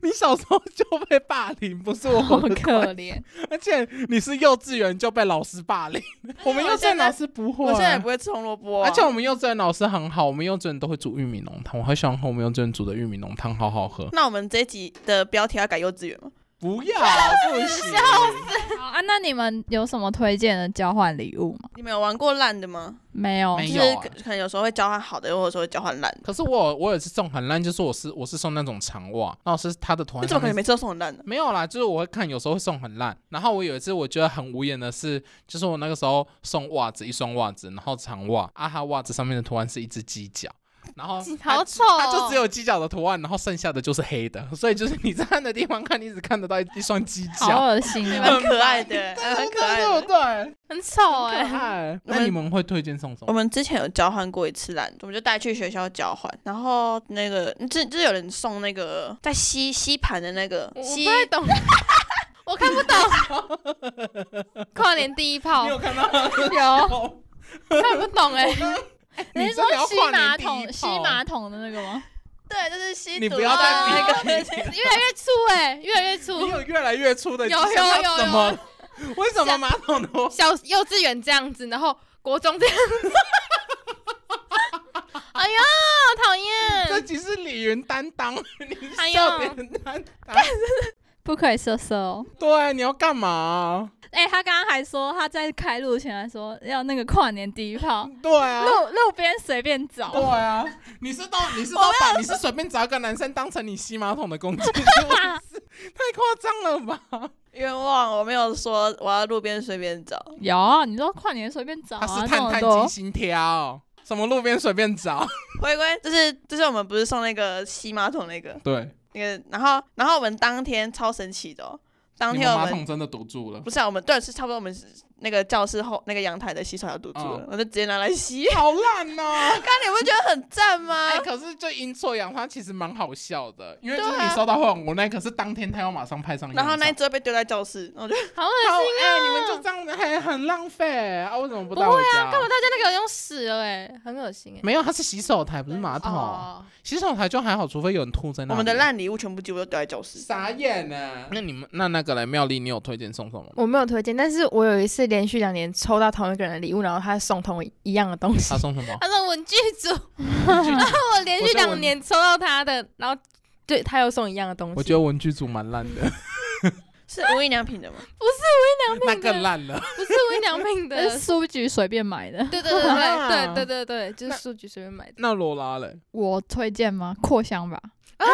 [SPEAKER 3] 你小时候就被霸凌，不是我
[SPEAKER 2] 好
[SPEAKER 3] 的
[SPEAKER 2] 可怜。
[SPEAKER 3] 而且你是幼稚园就被老师霸 凌，我们幼稚园老师不会、
[SPEAKER 1] 我现在也不会吃红萝卜、啊，
[SPEAKER 3] 而且我们幼稚园老师很好，我们幼稚园都会煮玉米浓汤，我很喜欢喝我们幼稚园煮的玉米浓汤，好好喝。
[SPEAKER 1] 那我们这一集的标题要改幼稚园吗？
[SPEAKER 3] 不要，不 行，
[SPEAKER 2] 好啊，那你们有什么推荐的交换礼物吗？
[SPEAKER 1] 你们有玩过烂的吗？
[SPEAKER 2] 没有，
[SPEAKER 3] 没
[SPEAKER 1] 就
[SPEAKER 3] 有
[SPEAKER 1] 是
[SPEAKER 3] 啊
[SPEAKER 1] 可可能有时候会交换好的，或者说会交换烂的。
[SPEAKER 3] 可是我我也是送很烂，就是我是我是送那种长袜，那我是它的图
[SPEAKER 1] 你
[SPEAKER 3] 案
[SPEAKER 1] 怎
[SPEAKER 3] 上
[SPEAKER 1] 么可能
[SPEAKER 3] 面是。
[SPEAKER 1] 每次都送很烂的？
[SPEAKER 3] 没有啦，就是我会看，有时候会送很烂。然后我有一次我觉得很无言的是，就是我那个时候送袜子，一双袜子，然后长袜，啊哈袜子上面的图案是一只鸡脚，然后它
[SPEAKER 4] 好丑哦，
[SPEAKER 3] 它就只有鸡脚的图案，然后剩下的就是黑的，所以就是你站的地方看，你只看得到一一双鸡
[SPEAKER 2] 好
[SPEAKER 3] 脚，
[SPEAKER 2] 恶心
[SPEAKER 1] 你
[SPEAKER 2] 哦！
[SPEAKER 1] 蛮可爱 的，还蛮可爱
[SPEAKER 3] 对
[SPEAKER 1] 的
[SPEAKER 3] 不。对？
[SPEAKER 4] 很丑
[SPEAKER 3] 可
[SPEAKER 4] 哎，
[SPEAKER 3] 爱。
[SPEAKER 1] 我
[SPEAKER 3] 那
[SPEAKER 1] 们
[SPEAKER 3] 你们会推荐送什
[SPEAKER 1] 我
[SPEAKER 3] 么？
[SPEAKER 1] 们之前有交换过一次篮，我们就带去学校交换。然后那个，这这有人送那个在吸吸盘的那个
[SPEAKER 4] 我我
[SPEAKER 1] 吸
[SPEAKER 4] 不，太懂， 我看不懂， 跨年第一炮
[SPEAKER 3] 你有看 到？
[SPEAKER 4] 有，看不懂哎，
[SPEAKER 2] 你
[SPEAKER 3] 你
[SPEAKER 2] 是
[SPEAKER 3] 真
[SPEAKER 2] 说
[SPEAKER 3] 的要
[SPEAKER 2] 吸
[SPEAKER 3] 跨
[SPEAKER 2] 马
[SPEAKER 3] 年第一
[SPEAKER 2] 桶、吸
[SPEAKER 3] 炮
[SPEAKER 2] 马桶的那个吗？
[SPEAKER 1] 对，就是吸
[SPEAKER 3] 你
[SPEAKER 1] 毒
[SPEAKER 3] 不要再
[SPEAKER 1] 啊
[SPEAKER 3] 比
[SPEAKER 1] 那个
[SPEAKER 4] 越来 越粗哎，越来越粗
[SPEAKER 3] 你，有越来越粗的迹象，
[SPEAKER 4] 有有
[SPEAKER 3] 那
[SPEAKER 4] 有
[SPEAKER 3] 怎
[SPEAKER 4] 有
[SPEAKER 3] 么了？ 为什么马桶都
[SPEAKER 4] 小幼稚园这样子，然后国中这样子， 哎呀，讨
[SPEAKER 3] 这
[SPEAKER 4] 厌，
[SPEAKER 3] 集是李云担当，你是
[SPEAKER 4] 嗯哎
[SPEAKER 3] 笑
[SPEAKER 4] 呦
[SPEAKER 3] 别人担当。
[SPEAKER 2] 不可以色色哦。
[SPEAKER 3] 对，啊你要干嘛？
[SPEAKER 2] 哎、他刚刚还说他在开录前还说要那个跨年第一炮，
[SPEAKER 3] 对啊，
[SPEAKER 2] 路路边随便
[SPEAKER 3] 对
[SPEAKER 2] 找。
[SPEAKER 3] 啊，你是都你是都把你是随便找一个男生当成你吸马桶的 工具，是不是太夸张了吧？
[SPEAKER 1] 冤枉，我没有说我要路边随便找，
[SPEAKER 2] 有，你说跨年随便找
[SPEAKER 3] 他
[SPEAKER 2] 啊，
[SPEAKER 3] 是
[SPEAKER 2] 那
[SPEAKER 3] 探
[SPEAKER 2] 么
[SPEAKER 3] 探
[SPEAKER 2] 多
[SPEAKER 3] 机。心挑，什么路边随便 找。
[SPEAKER 1] 回归就是就是我们不是送那个吸马桶那个
[SPEAKER 3] 对，
[SPEAKER 1] 那个，然后然后我们当天超神奇的、哦，当
[SPEAKER 3] 你
[SPEAKER 1] 天
[SPEAKER 3] 们
[SPEAKER 1] 我
[SPEAKER 3] 马
[SPEAKER 1] 们
[SPEAKER 3] 桶真的堵住了，
[SPEAKER 1] 不是啊，我们对是差不多我们是那个教室后那个阳台的洗手要堵住了，
[SPEAKER 3] 嗯
[SPEAKER 1] 我就直接拿来吸。
[SPEAKER 3] 好烂哦。
[SPEAKER 1] 刚你不觉得很赞吗？
[SPEAKER 3] 哎、可是就阴错阳差，其实蛮好笑的，因为就是
[SPEAKER 1] 啊对
[SPEAKER 3] 你
[SPEAKER 1] 啊
[SPEAKER 3] 收到会很无奈，可是当天他要马上派上用
[SPEAKER 1] 然
[SPEAKER 3] 场。
[SPEAKER 1] 后那一桌被丢在教室，然后我就
[SPEAKER 4] 好恶
[SPEAKER 3] 好
[SPEAKER 4] 心
[SPEAKER 3] 哎、你们
[SPEAKER 4] 啊！
[SPEAKER 3] 就这样子还很浪费啊？为什么不
[SPEAKER 4] 不
[SPEAKER 3] 带
[SPEAKER 4] 会
[SPEAKER 3] 回
[SPEAKER 4] 啊，
[SPEAKER 3] 家？
[SPEAKER 4] 干嘛大家那个有用屎了哎，很恶心哎。
[SPEAKER 3] 没有，它是洗手台，不是马桶。
[SPEAKER 4] 哦，
[SPEAKER 3] 洗手台就还好，除非有人吐在那里。
[SPEAKER 1] 我们的烂礼物全部几乎都丢在教室。
[SPEAKER 3] 傻眼呢、那你们那那个来妙丽，你有推荐送什么吗？
[SPEAKER 4] 我没有推荐，但是我有一次连续两年抽到同一个人的礼物，然后他送同一样的东西
[SPEAKER 3] 他。送什么？
[SPEAKER 4] 他说文具组，然后我连续两年抽到他的，然后对他又送一样的东西。
[SPEAKER 3] 我觉得文具组蛮烂的，
[SPEAKER 1] 是无印良品的吗？
[SPEAKER 3] 那
[SPEAKER 4] 良品的
[SPEAKER 3] 更烂了。
[SPEAKER 4] 不是无印良品
[SPEAKER 2] 那是
[SPEAKER 4] 的，
[SPEAKER 2] 书局随便买的。
[SPEAKER 4] 对对对对
[SPEAKER 3] 啊
[SPEAKER 4] 对对对对，就是书局随便买的。
[SPEAKER 3] 那罗拉嘞？
[SPEAKER 2] 我推荐吗？扩香吧。
[SPEAKER 3] 哎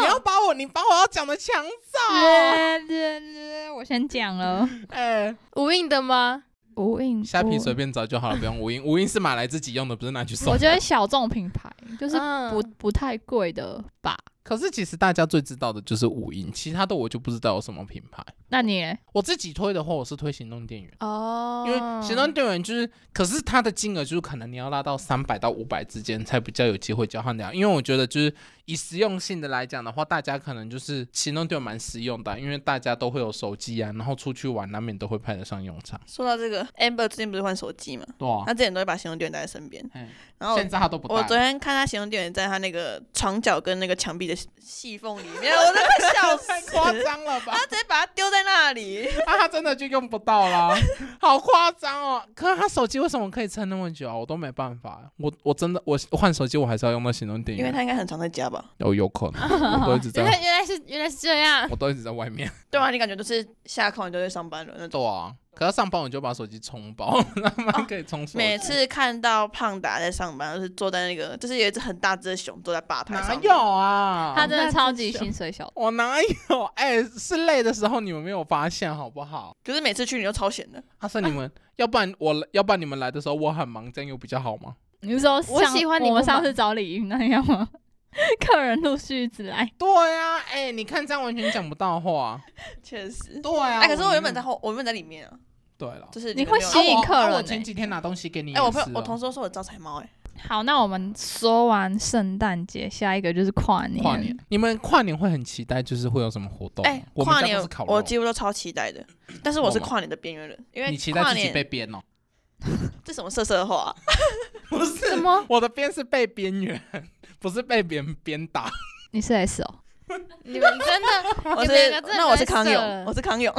[SPEAKER 3] 你要把我，你把我要讲的抢走。
[SPEAKER 2] 呃呃我先讲了，
[SPEAKER 3] 哎，
[SPEAKER 4] 无印的吗？
[SPEAKER 2] 无印
[SPEAKER 3] 虾皮
[SPEAKER 2] 我
[SPEAKER 3] 随便找就好了，不用无印。无印是买来自己用的，不是拿去送
[SPEAKER 2] 我
[SPEAKER 3] 的。
[SPEAKER 2] 觉得小众品牌就是
[SPEAKER 4] 嗯
[SPEAKER 2] 不不太贵的吧。
[SPEAKER 3] 可是其实大家最知道的就是无印，其他的我就不知道有什么品牌。
[SPEAKER 2] 那你嘞
[SPEAKER 3] 我自己推的话，我是推行动电源。
[SPEAKER 4] 哦，
[SPEAKER 3] 因为行动电源就是，可是它的金额就是可能你要拉到三百到五百之间才比较有机会交换掉。因为我觉得就是以实用性的来讲的话，大家可能就是行动电源蛮实用的啊，因为大家都会有手机啊，然后出去玩难免都会派得上用场。
[SPEAKER 1] 说到这个，Amber 最近不是换手机嘛？
[SPEAKER 3] 对啊
[SPEAKER 1] 他之前都会把行动电源带在身边
[SPEAKER 3] 嗯，
[SPEAKER 1] 然后我
[SPEAKER 3] 现在它都不
[SPEAKER 1] 我
[SPEAKER 3] 带
[SPEAKER 1] 昨
[SPEAKER 3] 了。
[SPEAKER 1] 天看他行动电源在他那个床角跟那个墙壁的细缝里面，我都快笑
[SPEAKER 3] 太夸
[SPEAKER 1] 死。
[SPEAKER 3] 张了吧！
[SPEAKER 1] 他直接把它丢在那里，
[SPEAKER 3] 啊，他真的就用不到啦，好夸张哦！可是他手机为什么可以撑那么久啊？我都没办法，我我真的我换手机我还是要用到行动电
[SPEAKER 1] 因为
[SPEAKER 3] 源，啊
[SPEAKER 1] 他应该很常在家吧？
[SPEAKER 3] 有有可能，我都一直
[SPEAKER 4] 原
[SPEAKER 3] 在，
[SPEAKER 4] 来原来是原来是这样。
[SPEAKER 3] 我都一直在外面。
[SPEAKER 1] 对啊，你感觉就是下课完就在上班了那种。
[SPEAKER 3] 对啊，可是上班我就把手机充饱， 慢慢可以充手机。
[SPEAKER 1] 每次看到胖达在上班，就是坐在那个，就是有一只很大只的熊坐在吧台
[SPEAKER 3] 哪
[SPEAKER 1] 上面。
[SPEAKER 3] 有啊？
[SPEAKER 2] 他真的超级
[SPEAKER 4] 小
[SPEAKER 2] 薪水小
[SPEAKER 3] 我哪有？哎、是累的时候你们没有发现好不好？
[SPEAKER 1] 可是每次去你都超闲的，
[SPEAKER 3] 他、说你们，要不然我，要不然你们来的时候我很忙，这样有比较好吗？
[SPEAKER 2] 你是说
[SPEAKER 4] 我
[SPEAKER 2] 像
[SPEAKER 4] 喜欢你
[SPEAKER 2] 我们
[SPEAKER 4] 不忙
[SPEAKER 2] 上次找李云那样吗？ 客人陆续一直来，
[SPEAKER 3] 对啊，哎、你看这样完全讲不到话。
[SPEAKER 1] 确实。
[SPEAKER 3] 对啊，
[SPEAKER 1] 哎，可是我原本在后，我原本在里面啊，
[SPEAKER 3] 对了。
[SPEAKER 1] 就是
[SPEAKER 2] 你
[SPEAKER 1] 们
[SPEAKER 2] 会
[SPEAKER 1] 没有
[SPEAKER 2] 吸引
[SPEAKER 3] 啊我
[SPEAKER 2] 客
[SPEAKER 3] 啊我
[SPEAKER 2] 人
[SPEAKER 3] 前
[SPEAKER 2] 欸
[SPEAKER 3] 几天拿东西给你也
[SPEAKER 1] 哎，
[SPEAKER 3] 是
[SPEAKER 1] 我
[SPEAKER 3] 哦，
[SPEAKER 1] 朋友我同事都说我招财猫，哎，
[SPEAKER 2] 好，那我们说完圣诞节，下一个就是跨年。
[SPEAKER 3] 跨年，你们跨年会很期待，就是会有什么活动吗？
[SPEAKER 1] 哎，
[SPEAKER 3] 哦我们
[SPEAKER 1] 跨
[SPEAKER 3] 家都
[SPEAKER 1] 年
[SPEAKER 3] 是烤
[SPEAKER 1] 我
[SPEAKER 3] 肉啊
[SPEAKER 1] 几乎都超期待的，但是我是
[SPEAKER 3] 我吗
[SPEAKER 1] 跨年的边缘人，因为
[SPEAKER 3] 你期待
[SPEAKER 1] 跨
[SPEAKER 3] 自己被
[SPEAKER 1] 年
[SPEAKER 3] 编哦？
[SPEAKER 1] 这什么色色的话啊，
[SPEAKER 3] 不是
[SPEAKER 4] 什么？
[SPEAKER 3] 我的边是被边缘，不是被别人鞭打。
[SPEAKER 2] 你是 S 哦，
[SPEAKER 4] 你们真的？
[SPEAKER 1] 我
[SPEAKER 4] 你
[SPEAKER 1] 是
[SPEAKER 4] 们两个真的
[SPEAKER 1] 那我是
[SPEAKER 4] 太
[SPEAKER 1] 康
[SPEAKER 4] 色
[SPEAKER 1] 永，
[SPEAKER 4] 了
[SPEAKER 1] 我是康永，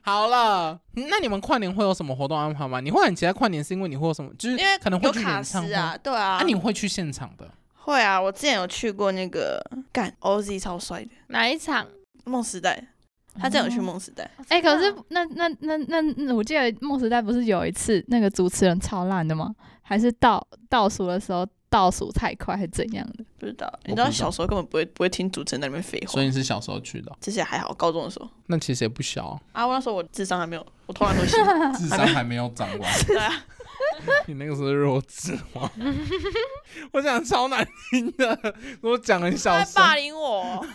[SPEAKER 3] 好了，那你们跨年会有什么活动安排吗？你会很期待跨年，是因为你会有什么？就是
[SPEAKER 1] 因为
[SPEAKER 3] 可能会
[SPEAKER 1] 有
[SPEAKER 3] 去
[SPEAKER 1] 卡
[SPEAKER 3] 演
[SPEAKER 1] 斯
[SPEAKER 3] 唱会
[SPEAKER 1] 啊，对啊，
[SPEAKER 3] 你会去现场的？
[SPEAKER 1] 会啊，我之前有去过那个干 OZ 超帅的
[SPEAKER 4] 哪一 场？
[SPEAKER 1] 梦时代，他之前有去
[SPEAKER 2] 哦
[SPEAKER 1] 梦时代，
[SPEAKER 2] 哎、可是那那那那那，我记得梦时代不是有一次那个主持人超烂的吗？还是倒倒数的时候倒数太快，还是怎样的？
[SPEAKER 1] 不知道，
[SPEAKER 3] 我
[SPEAKER 1] 你知道
[SPEAKER 3] 不知道
[SPEAKER 1] 小时候根本不会不会听主持人在那边废话
[SPEAKER 3] 所，以你是小时候去的，哦
[SPEAKER 1] 其实也还好，高中的时候
[SPEAKER 3] 那其实也 不小，
[SPEAKER 1] 啊，我那时候我智商还没有，我偷懒都行，
[SPEAKER 3] 智商还没有长完。
[SPEAKER 1] 对啊，
[SPEAKER 3] 你那个时候弱智吗？ 我讲超难听的，我讲很
[SPEAKER 1] 他
[SPEAKER 3] 小
[SPEAKER 1] 在
[SPEAKER 3] 声。
[SPEAKER 1] 霸凌我，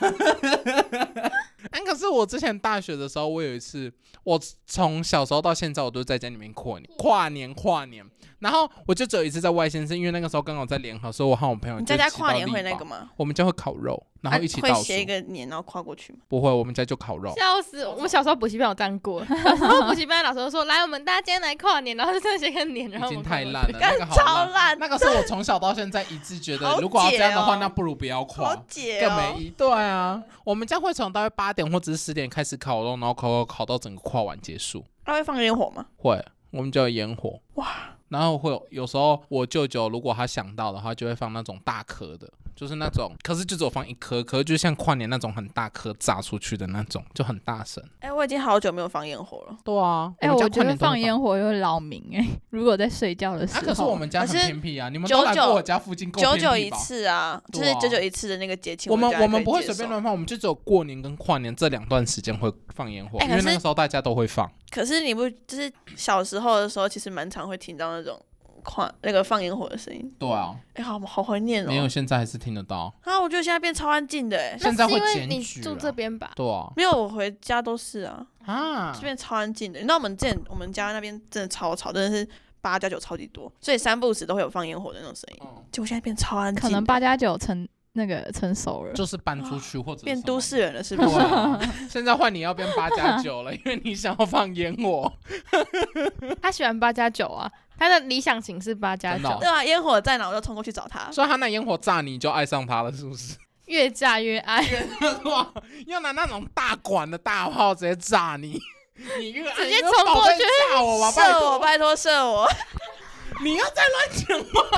[SPEAKER 3] 哎，可是我之前大学的时候，我有一次，我从小时候到现在，我都在家里面跨年，
[SPEAKER 1] 嗯
[SPEAKER 3] 跨年，跨年。然后我就只有一次在外先生，因为那个时候刚好在联合，所以我和我朋友
[SPEAKER 1] 你
[SPEAKER 3] 就
[SPEAKER 1] 在家
[SPEAKER 3] 一起
[SPEAKER 1] 跨
[SPEAKER 3] 到
[SPEAKER 1] 年会
[SPEAKER 3] 力
[SPEAKER 1] 那
[SPEAKER 3] 宝
[SPEAKER 1] 个吗？
[SPEAKER 3] 我们家会烤肉，然后一起
[SPEAKER 1] 啊会
[SPEAKER 3] 倒数。
[SPEAKER 1] 写一个年，然后跨过去吗？
[SPEAKER 3] 不会，我们家就烤 肉。
[SPEAKER 4] 笑死！我们小时候补习班有这样 过，然后补习班老师就说：“来，我们大家今天来跨年。”然后就真的写个年，然
[SPEAKER 3] 已
[SPEAKER 4] 后我
[SPEAKER 3] 经
[SPEAKER 4] 们
[SPEAKER 3] 太
[SPEAKER 4] 跨
[SPEAKER 3] 烂了，那
[SPEAKER 1] 干
[SPEAKER 3] 个好
[SPEAKER 1] 超
[SPEAKER 3] 烂。
[SPEAKER 1] 烂，
[SPEAKER 3] 那个是我从小到现在一致觉
[SPEAKER 1] 好
[SPEAKER 3] 得，如果要这样的话，
[SPEAKER 1] 解哦
[SPEAKER 3] 那不如不
[SPEAKER 1] 好
[SPEAKER 3] 要跨，
[SPEAKER 1] 解
[SPEAKER 3] 更
[SPEAKER 1] 哦
[SPEAKER 3] 没。意义。对啊，我们家会从大概八点或者是十点开始烤肉，然后烤烤烤到整个跨晚结束。
[SPEAKER 1] 他会放烟火吗？
[SPEAKER 3] 会，我们叫烟火。
[SPEAKER 1] 哇！
[SPEAKER 3] 然后会有有时候我舅舅如果他想到的话，就会放那种大颗的，就是那种，可是就只有放一颗，可是就像跨年那种很大颗炸出去的那种，就很大声。
[SPEAKER 1] 哎、我已经好久没有放烟火了。
[SPEAKER 3] 对啊，
[SPEAKER 2] 哎、
[SPEAKER 3] 我们
[SPEAKER 2] 我
[SPEAKER 3] 家
[SPEAKER 2] 觉
[SPEAKER 3] 跨
[SPEAKER 2] 得
[SPEAKER 3] 年都会
[SPEAKER 2] 放烟火又会扰民哎、 如果在睡觉的时
[SPEAKER 3] 啊，
[SPEAKER 2] 候。
[SPEAKER 3] 可是我们家很
[SPEAKER 1] 可是
[SPEAKER 3] 偏僻啊，你们都来
[SPEAKER 1] 久久
[SPEAKER 3] 过我家附近够
[SPEAKER 1] 久
[SPEAKER 3] 偏
[SPEAKER 1] 久
[SPEAKER 3] 僻
[SPEAKER 1] 一
[SPEAKER 3] 吧？
[SPEAKER 1] 次啊，就
[SPEAKER 3] 对
[SPEAKER 1] 是
[SPEAKER 3] 啊
[SPEAKER 1] 久久一次的那个节庆，
[SPEAKER 3] 我们
[SPEAKER 1] 觉得还
[SPEAKER 3] 我们
[SPEAKER 1] 可以
[SPEAKER 3] 不会
[SPEAKER 1] 接
[SPEAKER 3] 随便
[SPEAKER 1] 受。
[SPEAKER 3] 乱放，我们就只有过年跟跨年这两段时间会放烟火，
[SPEAKER 1] 哎可
[SPEAKER 3] 因为那
[SPEAKER 1] 是
[SPEAKER 3] 个时候大家都会放。
[SPEAKER 1] 可是你不就是小时候的时候，其实蛮常会听到那种跨那个放烟火的声音。
[SPEAKER 3] 对啊，
[SPEAKER 1] 哎、好好怀念
[SPEAKER 3] 没有
[SPEAKER 1] 哦！
[SPEAKER 3] 现在还是听得到。
[SPEAKER 1] 啊，我觉得现在变超安静的哎，
[SPEAKER 3] 现在会
[SPEAKER 4] 那是因为
[SPEAKER 3] 检
[SPEAKER 4] 你
[SPEAKER 3] 举
[SPEAKER 4] 住
[SPEAKER 3] 啊
[SPEAKER 4] 这边吧？
[SPEAKER 3] 对啊，
[SPEAKER 1] 没有我回家都是啊，
[SPEAKER 3] 啊
[SPEAKER 1] 这，边超安静的。你知道我们之前我们家那边真的超吵，真的是八加九超级多，所以三不五时都会有放烟火的那种声音。
[SPEAKER 3] 嗯
[SPEAKER 1] 结果现在变超安静的，
[SPEAKER 2] 可能八加九成那个成熟了，
[SPEAKER 3] 就是搬出去或者是
[SPEAKER 1] 变
[SPEAKER 3] 什么
[SPEAKER 1] 都。市人了， 是不
[SPEAKER 3] 对
[SPEAKER 1] 是？
[SPEAKER 3] 啊现在换你要变八加九了，因为你想要放烟火。
[SPEAKER 4] 他喜欢八加九啊，他的理想型是八加
[SPEAKER 3] 真的哦
[SPEAKER 4] 九，
[SPEAKER 1] 对啊，烟火在哪，我就冲过去找他。
[SPEAKER 3] 所以他拿烟火炸你，你就爱上他了，是不是？
[SPEAKER 4] 越炸越爱。
[SPEAKER 3] 哇，要拿那种大管的大炮直接炸你， 你越爱
[SPEAKER 4] 直接
[SPEAKER 3] 你就
[SPEAKER 4] 冲过
[SPEAKER 3] 倒在
[SPEAKER 4] 去
[SPEAKER 3] 炸我吧，拜
[SPEAKER 1] 射我，
[SPEAKER 3] 托！
[SPEAKER 1] 拜托射我！
[SPEAKER 3] 你要再乱讲话。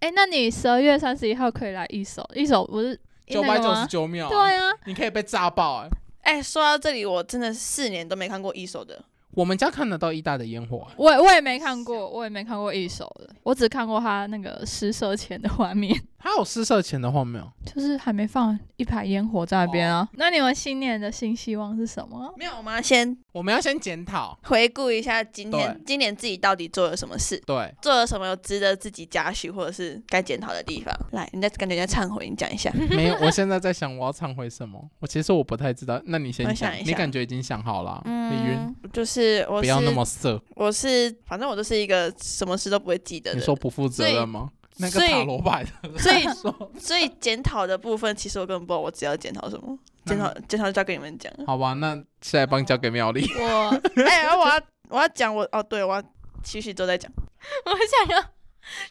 [SPEAKER 2] 哎、那你十二月三十一号可以来一首，一首不是
[SPEAKER 3] 九
[SPEAKER 2] 那
[SPEAKER 3] 百
[SPEAKER 2] 个
[SPEAKER 3] 九十
[SPEAKER 2] 吗？
[SPEAKER 3] 九秒，
[SPEAKER 2] 对啊，
[SPEAKER 3] 你可以被炸爆哎、
[SPEAKER 1] 哎、说到这里，我真的四年都没看过一手的。
[SPEAKER 3] 我们家看得到义大的烟火、欸，
[SPEAKER 2] 我也我也没看过，我也没看过一手的，我只看过他那个施舍前的画面，
[SPEAKER 3] 它有施舍前的画面哦。
[SPEAKER 2] 就是还没放一排烟火在那边啊。那你们新年的新希望是什 么？
[SPEAKER 1] 没有，我们要先
[SPEAKER 3] 我们要先检讨，
[SPEAKER 1] 回顾一下今天
[SPEAKER 3] 对
[SPEAKER 1] 今年自己到底做了什么事，
[SPEAKER 3] 对，
[SPEAKER 1] 做了什么有值得自己嘉许或者是该检讨的地方。来，你在感觉在忏悔，你讲一下。
[SPEAKER 3] 没有，我现在在想我要忏悔什么。我其实我不太知道，那你
[SPEAKER 1] 我
[SPEAKER 3] 先
[SPEAKER 1] 想
[SPEAKER 3] 讲，
[SPEAKER 1] 一
[SPEAKER 3] 你
[SPEAKER 1] 下
[SPEAKER 3] 感觉已经想好了啊，李云，
[SPEAKER 1] 嗯，就是我
[SPEAKER 3] 不
[SPEAKER 1] 是
[SPEAKER 3] 要那么色。
[SPEAKER 1] 我是反正我就是一个什么事都不会记得
[SPEAKER 3] 你
[SPEAKER 1] 的
[SPEAKER 3] 说
[SPEAKER 1] 人，
[SPEAKER 3] 不负责任吗？那个
[SPEAKER 1] 所以
[SPEAKER 3] 塔罗 牌的
[SPEAKER 1] 所以
[SPEAKER 3] 说，
[SPEAKER 1] 所以检讨的部分其实我根本不知道我只要检讨什么，检讨检讨就交给你们 讲。了。
[SPEAKER 3] 好吧，那现在帮交给 妙丽。
[SPEAKER 2] 我
[SPEAKER 1] 哎、我要我要讲我哦，对，我要继续都在讲。
[SPEAKER 4] 我想要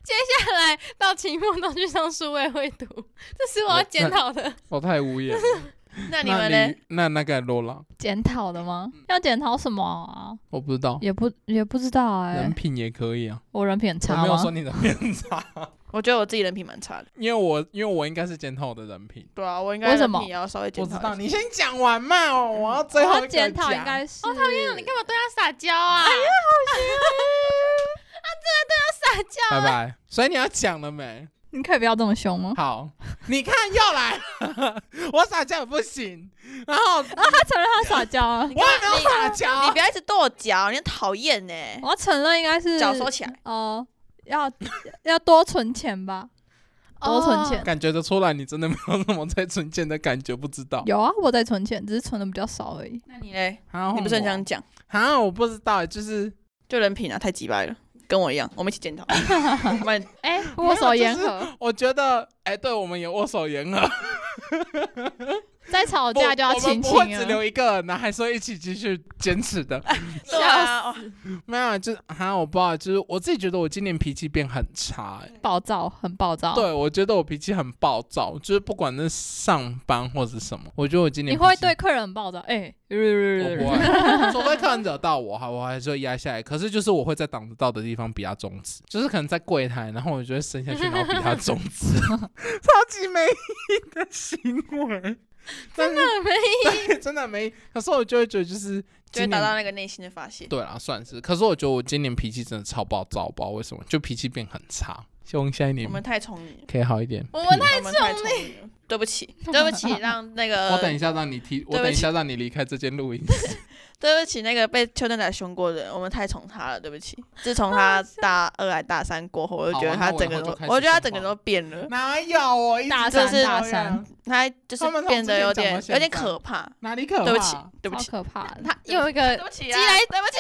[SPEAKER 4] 接下来到期末都去上数位会读，这是我要检讨的。
[SPEAKER 3] 我太无言了。
[SPEAKER 1] 那你
[SPEAKER 3] 那
[SPEAKER 1] 们呢？
[SPEAKER 3] 李那那个罗朗，
[SPEAKER 2] 检讨的吗？要检讨什么啊？
[SPEAKER 3] 我不知道，
[SPEAKER 2] 也不也不知道哎、
[SPEAKER 3] 哦人品也可以啊。
[SPEAKER 2] 我人品很
[SPEAKER 3] 我
[SPEAKER 2] 差
[SPEAKER 3] 没有
[SPEAKER 2] 吗？
[SPEAKER 3] 说 你人品很差，
[SPEAKER 1] 我觉得我自己人品蛮差的。
[SPEAKER 3] 因为我因为我应该是检讨我的人品。
[SPEAKER 1] 对啊，我应该
[SPEAKER 2] 为什
[SPEAKER 1] 人
[SPEAKER 2] 么
[SPEAKER 1] 品也要稍微检
[SPEAKER 3] 我
[SPEAKER 1] 讨
[SPEAKER 3] 知
[SPEAKER 1] 一
[SPEAKER 3] 道，
[SPEAKER 1] 下。
[SPEAKER 3] 你先讲完嘛，哦我要最后一
[SPEAKER 2] 我
[SPEAKER 3] 个
[SPEAKER 2] 检讨应
[SPEAKER 3] 讲
[SPEAKER 2] 该是，我哦讨
[SPEAKER 4] 哎呦你干嘛对他撒娇啊？哎呀，好邪！他真的对他撒娇。
[SPEAKER 3] 拜拜。所以你要讲了没？
[SPEAKER 2] 你可以不要这么凶吗？
[SPEAKER 3] 好，你看又来了， 我撒娇也不行，然后我
[SPEAKER 2] 他承认他撒娇啊
[SPEAKER 1] 你，干
[SPEAKER 3] 也
[SPEAKER 1] 嘛
[SPEAKER 3] 没有撒娇
[SPEAKER 1] 你不，要一直跺脚，你很讨厌呢。
[SPEAKER 2] 我要承认应该是
[SPEAKER 1] 脚收起来，
[SPEAKER 2] 哦、要要多存钱吧，
[SPEAKER 3] 哦
[SPEAKER 2] 多存钱。
[SPEAKER 3] 感觉得出来你真的没有什么在存钱的感觉，不知道。
[SPEAKER 2] 有啊，我在存钱，只是存的比较少而已。
[SPEAKER 1] 那
[SPEAKER 4] 哦
[SPEAKER 1] 你嘞？
[SPEAKER 3] 啊
[SPEAKER 1] 你不是很想
[SPEAKER 3] 想
[SPEAKER 1] 讲？
[SPEAKER 3] 啊？我不知道，就是
[SPEAKER 1] 就人品啊，太鸡掰了，跟我一样，我们一起 检讨。我们
[SPEAKER 2] 哎、
[SPEAKER 3] 有
[SPEAKER 2] 握手言
[SPEAKER 3] 就是
[SPEAKER 2] 和，
[SPEAKER 3] 我觉得，哎、对我们也握手言和，
[SPEAKER 2] 再吵架就要
[SPEAKER 3] 不
[SPEAKER 2] 亲
[SPEAKER 3] 我们
[SPEAKER 2] 亲
[SPEAKER 3] 不会只
[SPEAKER 2] 啊。
[SPEAKER 3] 留一个人，然后还说一起继续坚持的。
[SPEAKER 1] 对啊，
[SPEAKER 3] 没有，就是啊，我不知道，就是我自己觉得我今年脾气变很差、哎
[SPEAKER 2] 暴躁，很暴躁。，
[SPEAKER 3] 对，我觉得我脾气很暴躁，就是不管是上班或者什么，我觉得我今年
[SPEAKER 2] 你会
[SPEAKER 3] 脾气
[SPEAKER 2] 对客人很暴躁。哎、
[SPEAKER 3] 我不 会，除非客人惹到我，哈，我还是会压下来。可是就是我会在挡得到的地方比他中指，就是可能在柜台，然后我就会伸下去，然后比他中指， 超级没意义的行为，真的
[SPEAKER 4] 没
[SPEAKER 3] 没，真的没。可是我就会觉得就是
[SPEAKER 1] 就会
[SPEAKER 3] 今
[SPEAKER 1] 达到
[SPEAKER 3] 年。
[SPEAKER 1] 那个内心的发泄。
[SPEAKER 3] 对啊，算是。可是我觉得我今年脾气真的超暴躁，不知道为什么，就脾气变很差。希望下一年
[SPEAKER 1] 我们太宠你了，
[SPEAKER 3] 可以好一点。
[SPEAKER 4] 我们
[SPEAKER 3] 屁
[SPEAKER 1] 我们太宠你了。对不起， 对不起，让那个
[SPEAKER 3] 我等一下让你提，我
[SPEAKER 1] 呃对不
[SPEAKER 3] 等一
[SPEAKER 1] 起
[SPEAKER 3] 下让你离开这间录音室。
[SPEAKER 1] 对不起，那个被邱正仔凶过的人，我们太宠他了，对不起。自从他大二来大三过后，我就觉得他整个
[SPEAKER 3] 好啊那我以后
[SPEAKER 1] 都
[SPEAKER 3] 就开，始
[SPEAKER 1] 我觉得他整个都变了，
[SPEAKER 3] 哪有我一直
[SPEAKER 2] 大
[SPEAKER 1] 就
[SPEAKER 2] 三
[SPEAKER 1] 是
[SPEAKER 2] 大三，
[SPEAKER 1] 他就是
[SPEAKER 3] 他们从
[SPEAKER 1] 变得有点
[SPEAKER 3] 之前
[SPEAKER 1] 有
[SPEAKER 3] 讲到现在
[SPEAKER 1] 点可怕。
[SPEAKER 3] 哪里可怕？
[SPEAKER 1] 对不起，对不
[SPEAKER 2] 超
[SPEAKER 1] 起，
[SPEAKER 2] 可怕的。
[SPEAKER 4] 他有 一
[SPEAKER 1] 对
[SPEAKER 4] 个
[SPEAKER 1] 不起
[SPEAKER 4] 啊
[SPEAKER 1] 啊，对不起，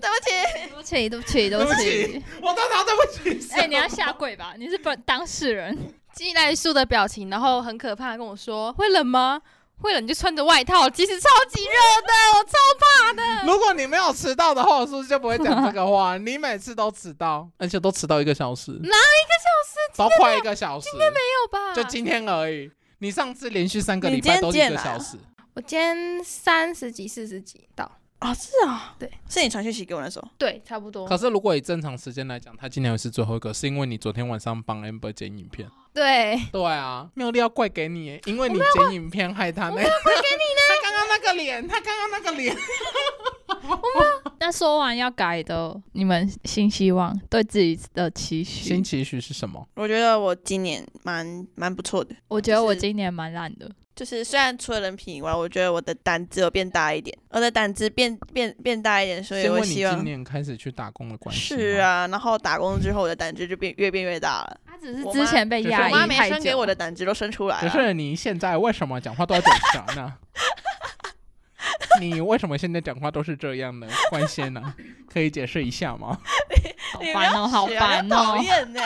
[SPEAKER 1] 对不 起。
[SPEAKER 2] 对不起，对不起，对
[SPEAKER 3] 不
[SPEAKER 2] 不
[SPEAKER 3] 起
[SPEAKER 2] 起。
[SPEAKER 3] 我都拿对不起。
[SPEAKER 2] 哎、你要下跪吧？你是本当事 人，
[SPEAKER 4] 鸡来素的表情，然后很可怕地跟我说：“会冷吗？会冷你就穿着外套，其实超级热的，我超怕的。
[SPEAKER 3] 如果你 没有迟到的话，我是不是就不会讲这个 话？你每次都迟到，而且都迟到一个小时，哪一个小时？都快一个小时，今天没”
[SPEAKER 4] 没有吧？
[SPEAKER 3] 就今天而已。你上次连续三个
[SPEAKER 1] 你
[SPEAKER 3] 礼拜
[SPEAKER 1] 今天
[SPEAKER 3] 都一
[SPEAKER 1] 见
[SPEAKER 3] 个
[SPEAKER 1] 啦
[SPEAKER 3] 小时，
[SPEAKER 4] 我今天三十几、四十几到，
[SPEAKER 1] 啊，是啊，
[SPEAKER 4] 对，
[SPEAKER 1] 是你传讯息给我那时候，
[SPEAKER 4] 对，差不多
[SPEAKER 3] 可。是如果以正常时间来讲，他今天也是最后一个，是因为你昨天晚上帮 Amber 剪影片。
[SPEAKER 4] 对，
[SPEAKER 3] 对啊，妙丽要怪给你耶，因为你剪影片害他那个。怪给你呢。 他刚刚那个脸，他刚刚那个脸。
[SPEAKER 2] 那说完要改的，你们新希望对自己的期许
[SPEAKER 3] 新。期许是什么？
[SPEAKER 1] 我觉得我今年蛮蛮不错的。
[SPEAKER 2] 我觉得
[SPEAKER 1] 就
[SPEAKER 2] 我
[SPEAKER 1] 是
[SPEAKER 2] 今年蛮烂的，
[SPEAKER 1] 就是虽然除了人品以外，我觉得我的胆子有变大一点，我的胆子变变变大一点，所
[SPEAKER 3] 是
[SPEAKER 1] 以
[SPEAKER 3] 因为
[SPEAKER 1] 我
[SPEAKER 3] 你
[SPEAKER 1] 希
[SPEAKER 3] 今
[SPEAKER 1] 望
[SPEAKER 3] 年开始去打工的关系。
[SPEAKER 1] 是。啊。然后打工之后，我的胆子就变越变越大了。
[SPEAKER 2] 他只是
[SPEAKER 1] 我
[SPEAKER 2] 之
[SPEAKER 1] 妈
[SPEAKER 2] 前被
[SPEAKER 3] 就是
[SPEAKER 2] 压
[SPEAKER 1] 我
[SPEAKER 2] 抑
[SPEAKER 1] 妈没
[SPEAKER 2] 太久。
[SPEAKER 1] 生给我的胆汁都生出来
[SPEAKER 3] 可
[SPEAKER 1] 了。
[SPEAKER 3] 是你现在为什么讲话都要点啥 呢？你为什么现在讲话都是这样呢？关心呢？可以解释一下 吗？
[SPEAKER 2] 好
[SPEAKER 1] 你不
[SPEAKER 2] 烦
[SPEAKER 1] 要
[SPEAKER 2] 哦，好
[SPEAKER 1] 学啊
[SPEAKER 2] 烦
[SPEAKER 1] 讨
[SPEAKER 2] 哦。
[SPEAKER 1] 厌呢！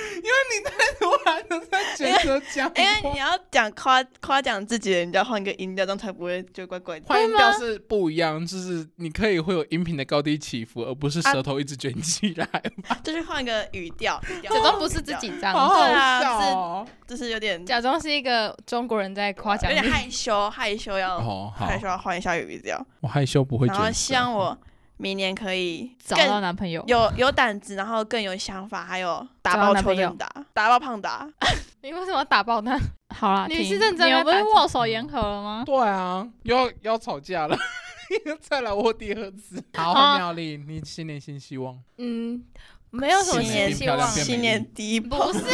[SPEAKER 3] 因为你太突然的 在选择讲
[SPEAKER 1] 因为你要讲夸夸奖自己的，你就要换个音调，这样才不会就怪怪的。
[SPEAKER 3] 换音调是不一样，就是你可以会有音频的高低起伏，而不是
[SPEAKER 1] 啊
[SPEAKER 3] 舌头一直卷起来。
[SPEAKER 1] 就是换个语 调，语调
[SPEAKER 4] 假装不是自，己这
[SPEAKER 3] 好
[SPEAKER 4] 样，
[SPEAKER 3] 好
[SPEAKER 1] 对 啊
[SPEAKER 3] 笑哦！
[SPEAKER 1] 就是有点
[SPEAKER 4] 假装是一个中国人在夸奖
[SPEAKER 1] 有
[SPEAKER 4] 你
[SPEAKER 1] 点。害羞，害羞要
[SPEAKER 3] 哦，好
[SPEAKER 1] 害，羞要换一下语调，
[SPEAKER 3] 我害羞不会
[SPEAKER 1] 然后
[SPEAKER 3] 卷
[SPEAKER 1] 希望
[SPEAKER 3] 舌。
[SPEAKER 1] 我明年可以
[SPEAKER 2] 找
[SPEAKER 1] 更
[SPEAKER 2] 到男朋友，
[SPEAKER 3] 哦
[SPEAKER 1] 有有胆子，然后更有想法，还有打
[SPEAKER 2] 找到
[SPEAKER 1] 爆
[SPEAKER 2] 男
[SPEAKER 1] 邱
[SPEAKER 2] 朋友
[SPEAKER 1] 正达，打爆胖达。
[SPEAKER 4] 你为什么要打爆他？
[SPEAKER 2] 好啦，
[SPEAKER 4] 你
[SPEAKER 2] 停
[SPEAKER 4] 是认真
[SPEAKER 2] 你们
[SPEAKER 4] 在
[SPEAKER 2] 不是
[SPEAKER 4] 打
[SPEAKER 2] 握手言和了吗？
[SPEAKER 3] 对啊，又要又要吵架了， 再来我第二 次。好，
[SPEAKER 2] 啊
[SPEAKER 3] 妙丽，你新年新希望，
[SPEAKER 4] 嗯，没有什么
[SPEAKER 1] 新年
[SPEAKER 4] 新希
[SPEAKER 3] 漂
[SPEAKER 4] 望
[SPEAKER 3] 亮，变美
[SPEAKER 1] 新年第一炮
[SPEAKER 4] 不是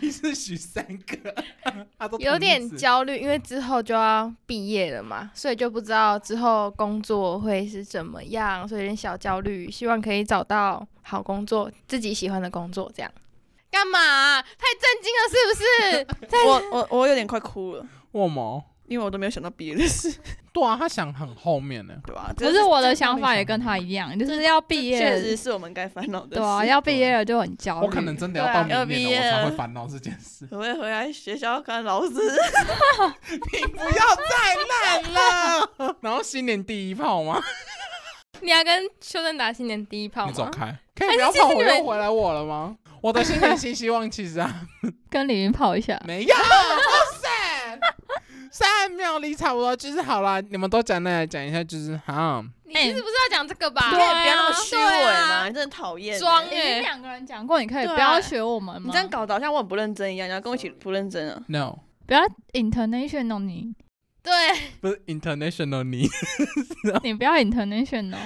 [SPEAKER 3] 一次许三个， 他都
[SPEAKER 4] 有点
[SPEAKER 3] 同一次
[SPEAKER 4] 焦虑，因为之后就要毕业了嘛，所以就不知道之后工作会是怎么样，所以有点小焦虑。希望可以找到好工作，自己喜欢的工作，这样。干嘛、太震惊了，是不是？
[SPEAKER 1] 我我我有点快哭了，
[SPEAKER 3] 我毛。
[SPEAKER 1] 因为我都没有想到毕业的事，
[SPEAKER 3] 对啊，他想很后面呢。
[SPEAKER 1] 对吧？
[SPEAKER 2] 可
[SPEAKER 1] 这
[SPEAKER 2] 是我的想法也跟他一样，就是要毕
[SPEAKER 1] 确
[SPEAKER 2] 业，
[SPEAKER 1] 实是我们该烦恼的事。
[SPEAKER 2] 对啊，要毕业了就很焦虑。
[SPEAKER 3] 我可能真的
[SPEAKER 4] 对
[SPEAKER 3] 要
[SPEAKER 4] 啊
[SPEAKER 3] 到
[SPEAKER 1] 要
[SPEAKER 3] 明
[SPEAKER 1] 毕
[SPEAKER 3] 年了，
[SPEAKER 1] 业
[SPEAKER 3] 我才
[SPEAKER 1] 了。
[SPEAKER 3] 会烦恼这件事
[SPEAKER 1] 可不可以回来学校看老师？
[SPEAKER 3] 你不要再烂了。 然后新年第一炮吗？
[SPEAKER 4] 你要跟修正达新年第一炮
[SPEAKER 3] 你走
[SPEAKER 4] 吗？
[SPEAKER 3] 开，可以不要炮我又回来我了吗？我的新年新希望其实 啊，
[SPEAKER 2] 跟李云跑一下，
[SPEAKER 3] 没 有，哇 塞，三秒离差不多就是好啦。你们都讲那来讲一下，就是哈，
[SPEAKER 4] 你其实不是要讲这个
[SPEAKER 2] 啊
[SPEAKER 4] 吧？
[SPEAKER 1] 你可以不要那么虚伪嘛，你真的讨厌欸。
[SPEAKER 4] 装
[SPEAKER 2] 已经两个人讲过，你可以
[SPEAKER 1] 对啊
[SPEAKER 2] 不要学我们
[SPEAKER 1] 你
[SPEAKER 2] 吗
[SPEAKER 1] 这？样搞得好像我很不认真一样，你要跟我一起不认真啊？
[SPEAKER 3] no，
[SPEAKER 2] 不要 international 你，
[SPEAKER 4] 对，
[SPEAKER 3] 不是 international 你，
[SPEAKER 2] 你不要 international，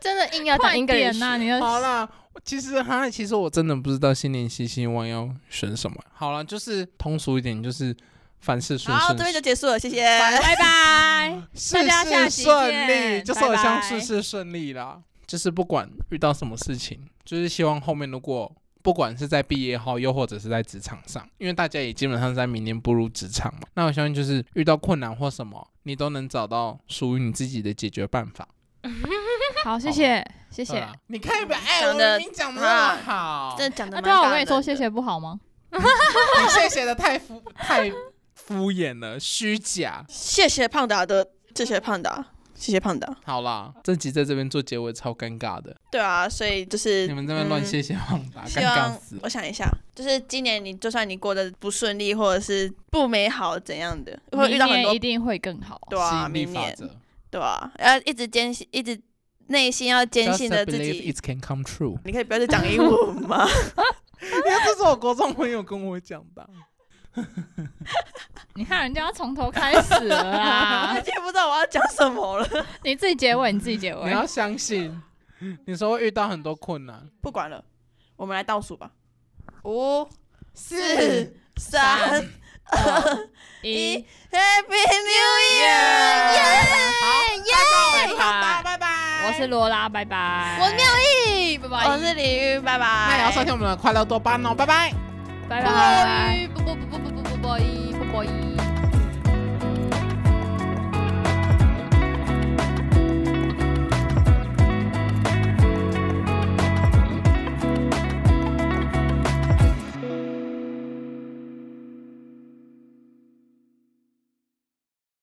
[SPEAKER 4] 真的硬要讲
[SPEAKER 2] 快
[SPEAKER 4] 英格
[SPEAKER 2] 点呐！
[SPEAKER 4] 兰
[SPEAKER 2] 你的
[SPEAKER 3] 好啦，我其实哈，其实我真的不知道新年新希望要选什么。好了，就是通俗一点，就是凡事顺
[SPEAKER 1] 好，
[SPEAKER 3] 顺
[SPEAKER 1] 这边就结束了，谢谢。
[SPEAKER 2] 拜拜。
[SPEAKER 3] 事
[SPEAKER 2] 大家下
[SPEAKER 3] 事
[SPEAKER 2] 集
[SPEAKER 3] 顺利，
[SPEAKER 2] 见
[SPEAKER 3] 就是我希
[SPEAKER 2] 拜
[SPEAKER 3] 望
[SPEAKER 2] 拜
[SPEAKER 3] 事事顺利啦。就是不管遇到什么事情，就是希望后面如果不管是在毕业后，又或者是在职场上，因为大家也基本上在明年步入职场嘛，那我相信就是遇到困难或什么，你都能找到属于你自己的解决办法。
[SPEAKER 2] 好，谢谢，谢
[SPEAKER 3] 对
[SPEAKER 2] 谢。
[SPEAKER 3] 啊，你看吧，哎，
[SPEAKER 1] 讲
[SPEAKER 3] 我
[SPEAKER 1] 得
[SPEAKER 3] 明明讲的那么好，
[SPEAKER 1] 真的讲的蛮
[SPEAKER 2] 那对啊，我
[SPEAKER 1] 感
[SPEAKER 2] 跟你说
[SPEAKER 1] 人
[SPEAKER 2] 谢
[SPEAKER 1] 的
[SPEAKER 2] 谢不好吗？
[SPEAKER 3] 你 谢谢的太敷太敷衍了，虚假。
[SPEAKER 1] 谢谢胖达的，谢谢胖达，谢谢胖达。
[SPEAKER 3] 好啦，这集在这边做结尾超尴尬的，
[SPEAKER 1] 对啊，所以就是
[SPEAKER 3] 你们这边乱谢
[SPEAKER 1] 嗯
[SPEAKER 3] 谢旺达，尴
[SPEAKER 1] 希
[SPEAKER 3] 尬
[SPEAKER 1] 望
[SPEAKER 3] 死了。
[SPEAKER 1] 我想一下，就是今年你就算你过得不顺利，或者是不美好怎样的，会遇
[SPEAKER 2] 明
[SPEAKER 1] 到很
[SPEAKER 2] 年
[SPEAKER 1] 多
[SPEAKER 2] 一定会更好。
[SPEAKER 1] 对啊，
[SPEAKER 3] 吸引力
[SPEAKER 1] 明
[SPEAKER 3] 法
[SPEAKER 1] 年
[SPEAKER 3] 则。
[SPEAKER 1] 对啊，要一直坚信，一直内心要坚信
[SPEAKER 3] Just
[SPEAKER 1] 着自
[SPEAKER 3] believe
[SPEAKER 1] 己。
[SPEAKER 3] it can come true。
[SPEAKER 1] 你可以不要再讲英文 吗？
[SPEAKER 3] 因为这是我国中朋友跟我讲的。
[SPEAKER 2] 你看人家要从头开始了
[SPEAKER 1] 我
[SPEAKER 2] 啦
[SPEAKER 1] 已，经不知道我要讲什么了。
[SPEAKER 2] 你自己结尾，你自己结
[SPEAKER 3] 你
[SPEAKER 2] 尾。
[SPEAKER 3] 要相信，你说会遇到很多困难。
[SPEAKER 1] 不管了，我们来倒数吧，五、
[SPEAKER 3] 四
[SPEAKER 1] 四、三、二、一
[SPEAKER 2] 一。
[SPEAKER 1] ，Happy New Year！
[SPEAKER 4] 耶
[SPEAKER 2] 拜
[SPEAKER 4] 耶！
[SPEAKER 2] 拜，
[SPEAKER 1] 拜拜
[SPEAKER 2] 我是罗拉，拜拜，
[SPEAKER 4] 我妙意，拜拜。
[SPEAKER 1] 我是李玉，拜拜。
[SPEAKER 3] 那也要收听我们的快乐多巴胺哦，拜拜。
[SPEAKER 2] 拜
[SPEAKER 4] 拜
[SPEAKER 2] 拜。
[SPEAKER 4] 拜，拜拜，拜拜，拜拜，拜拜。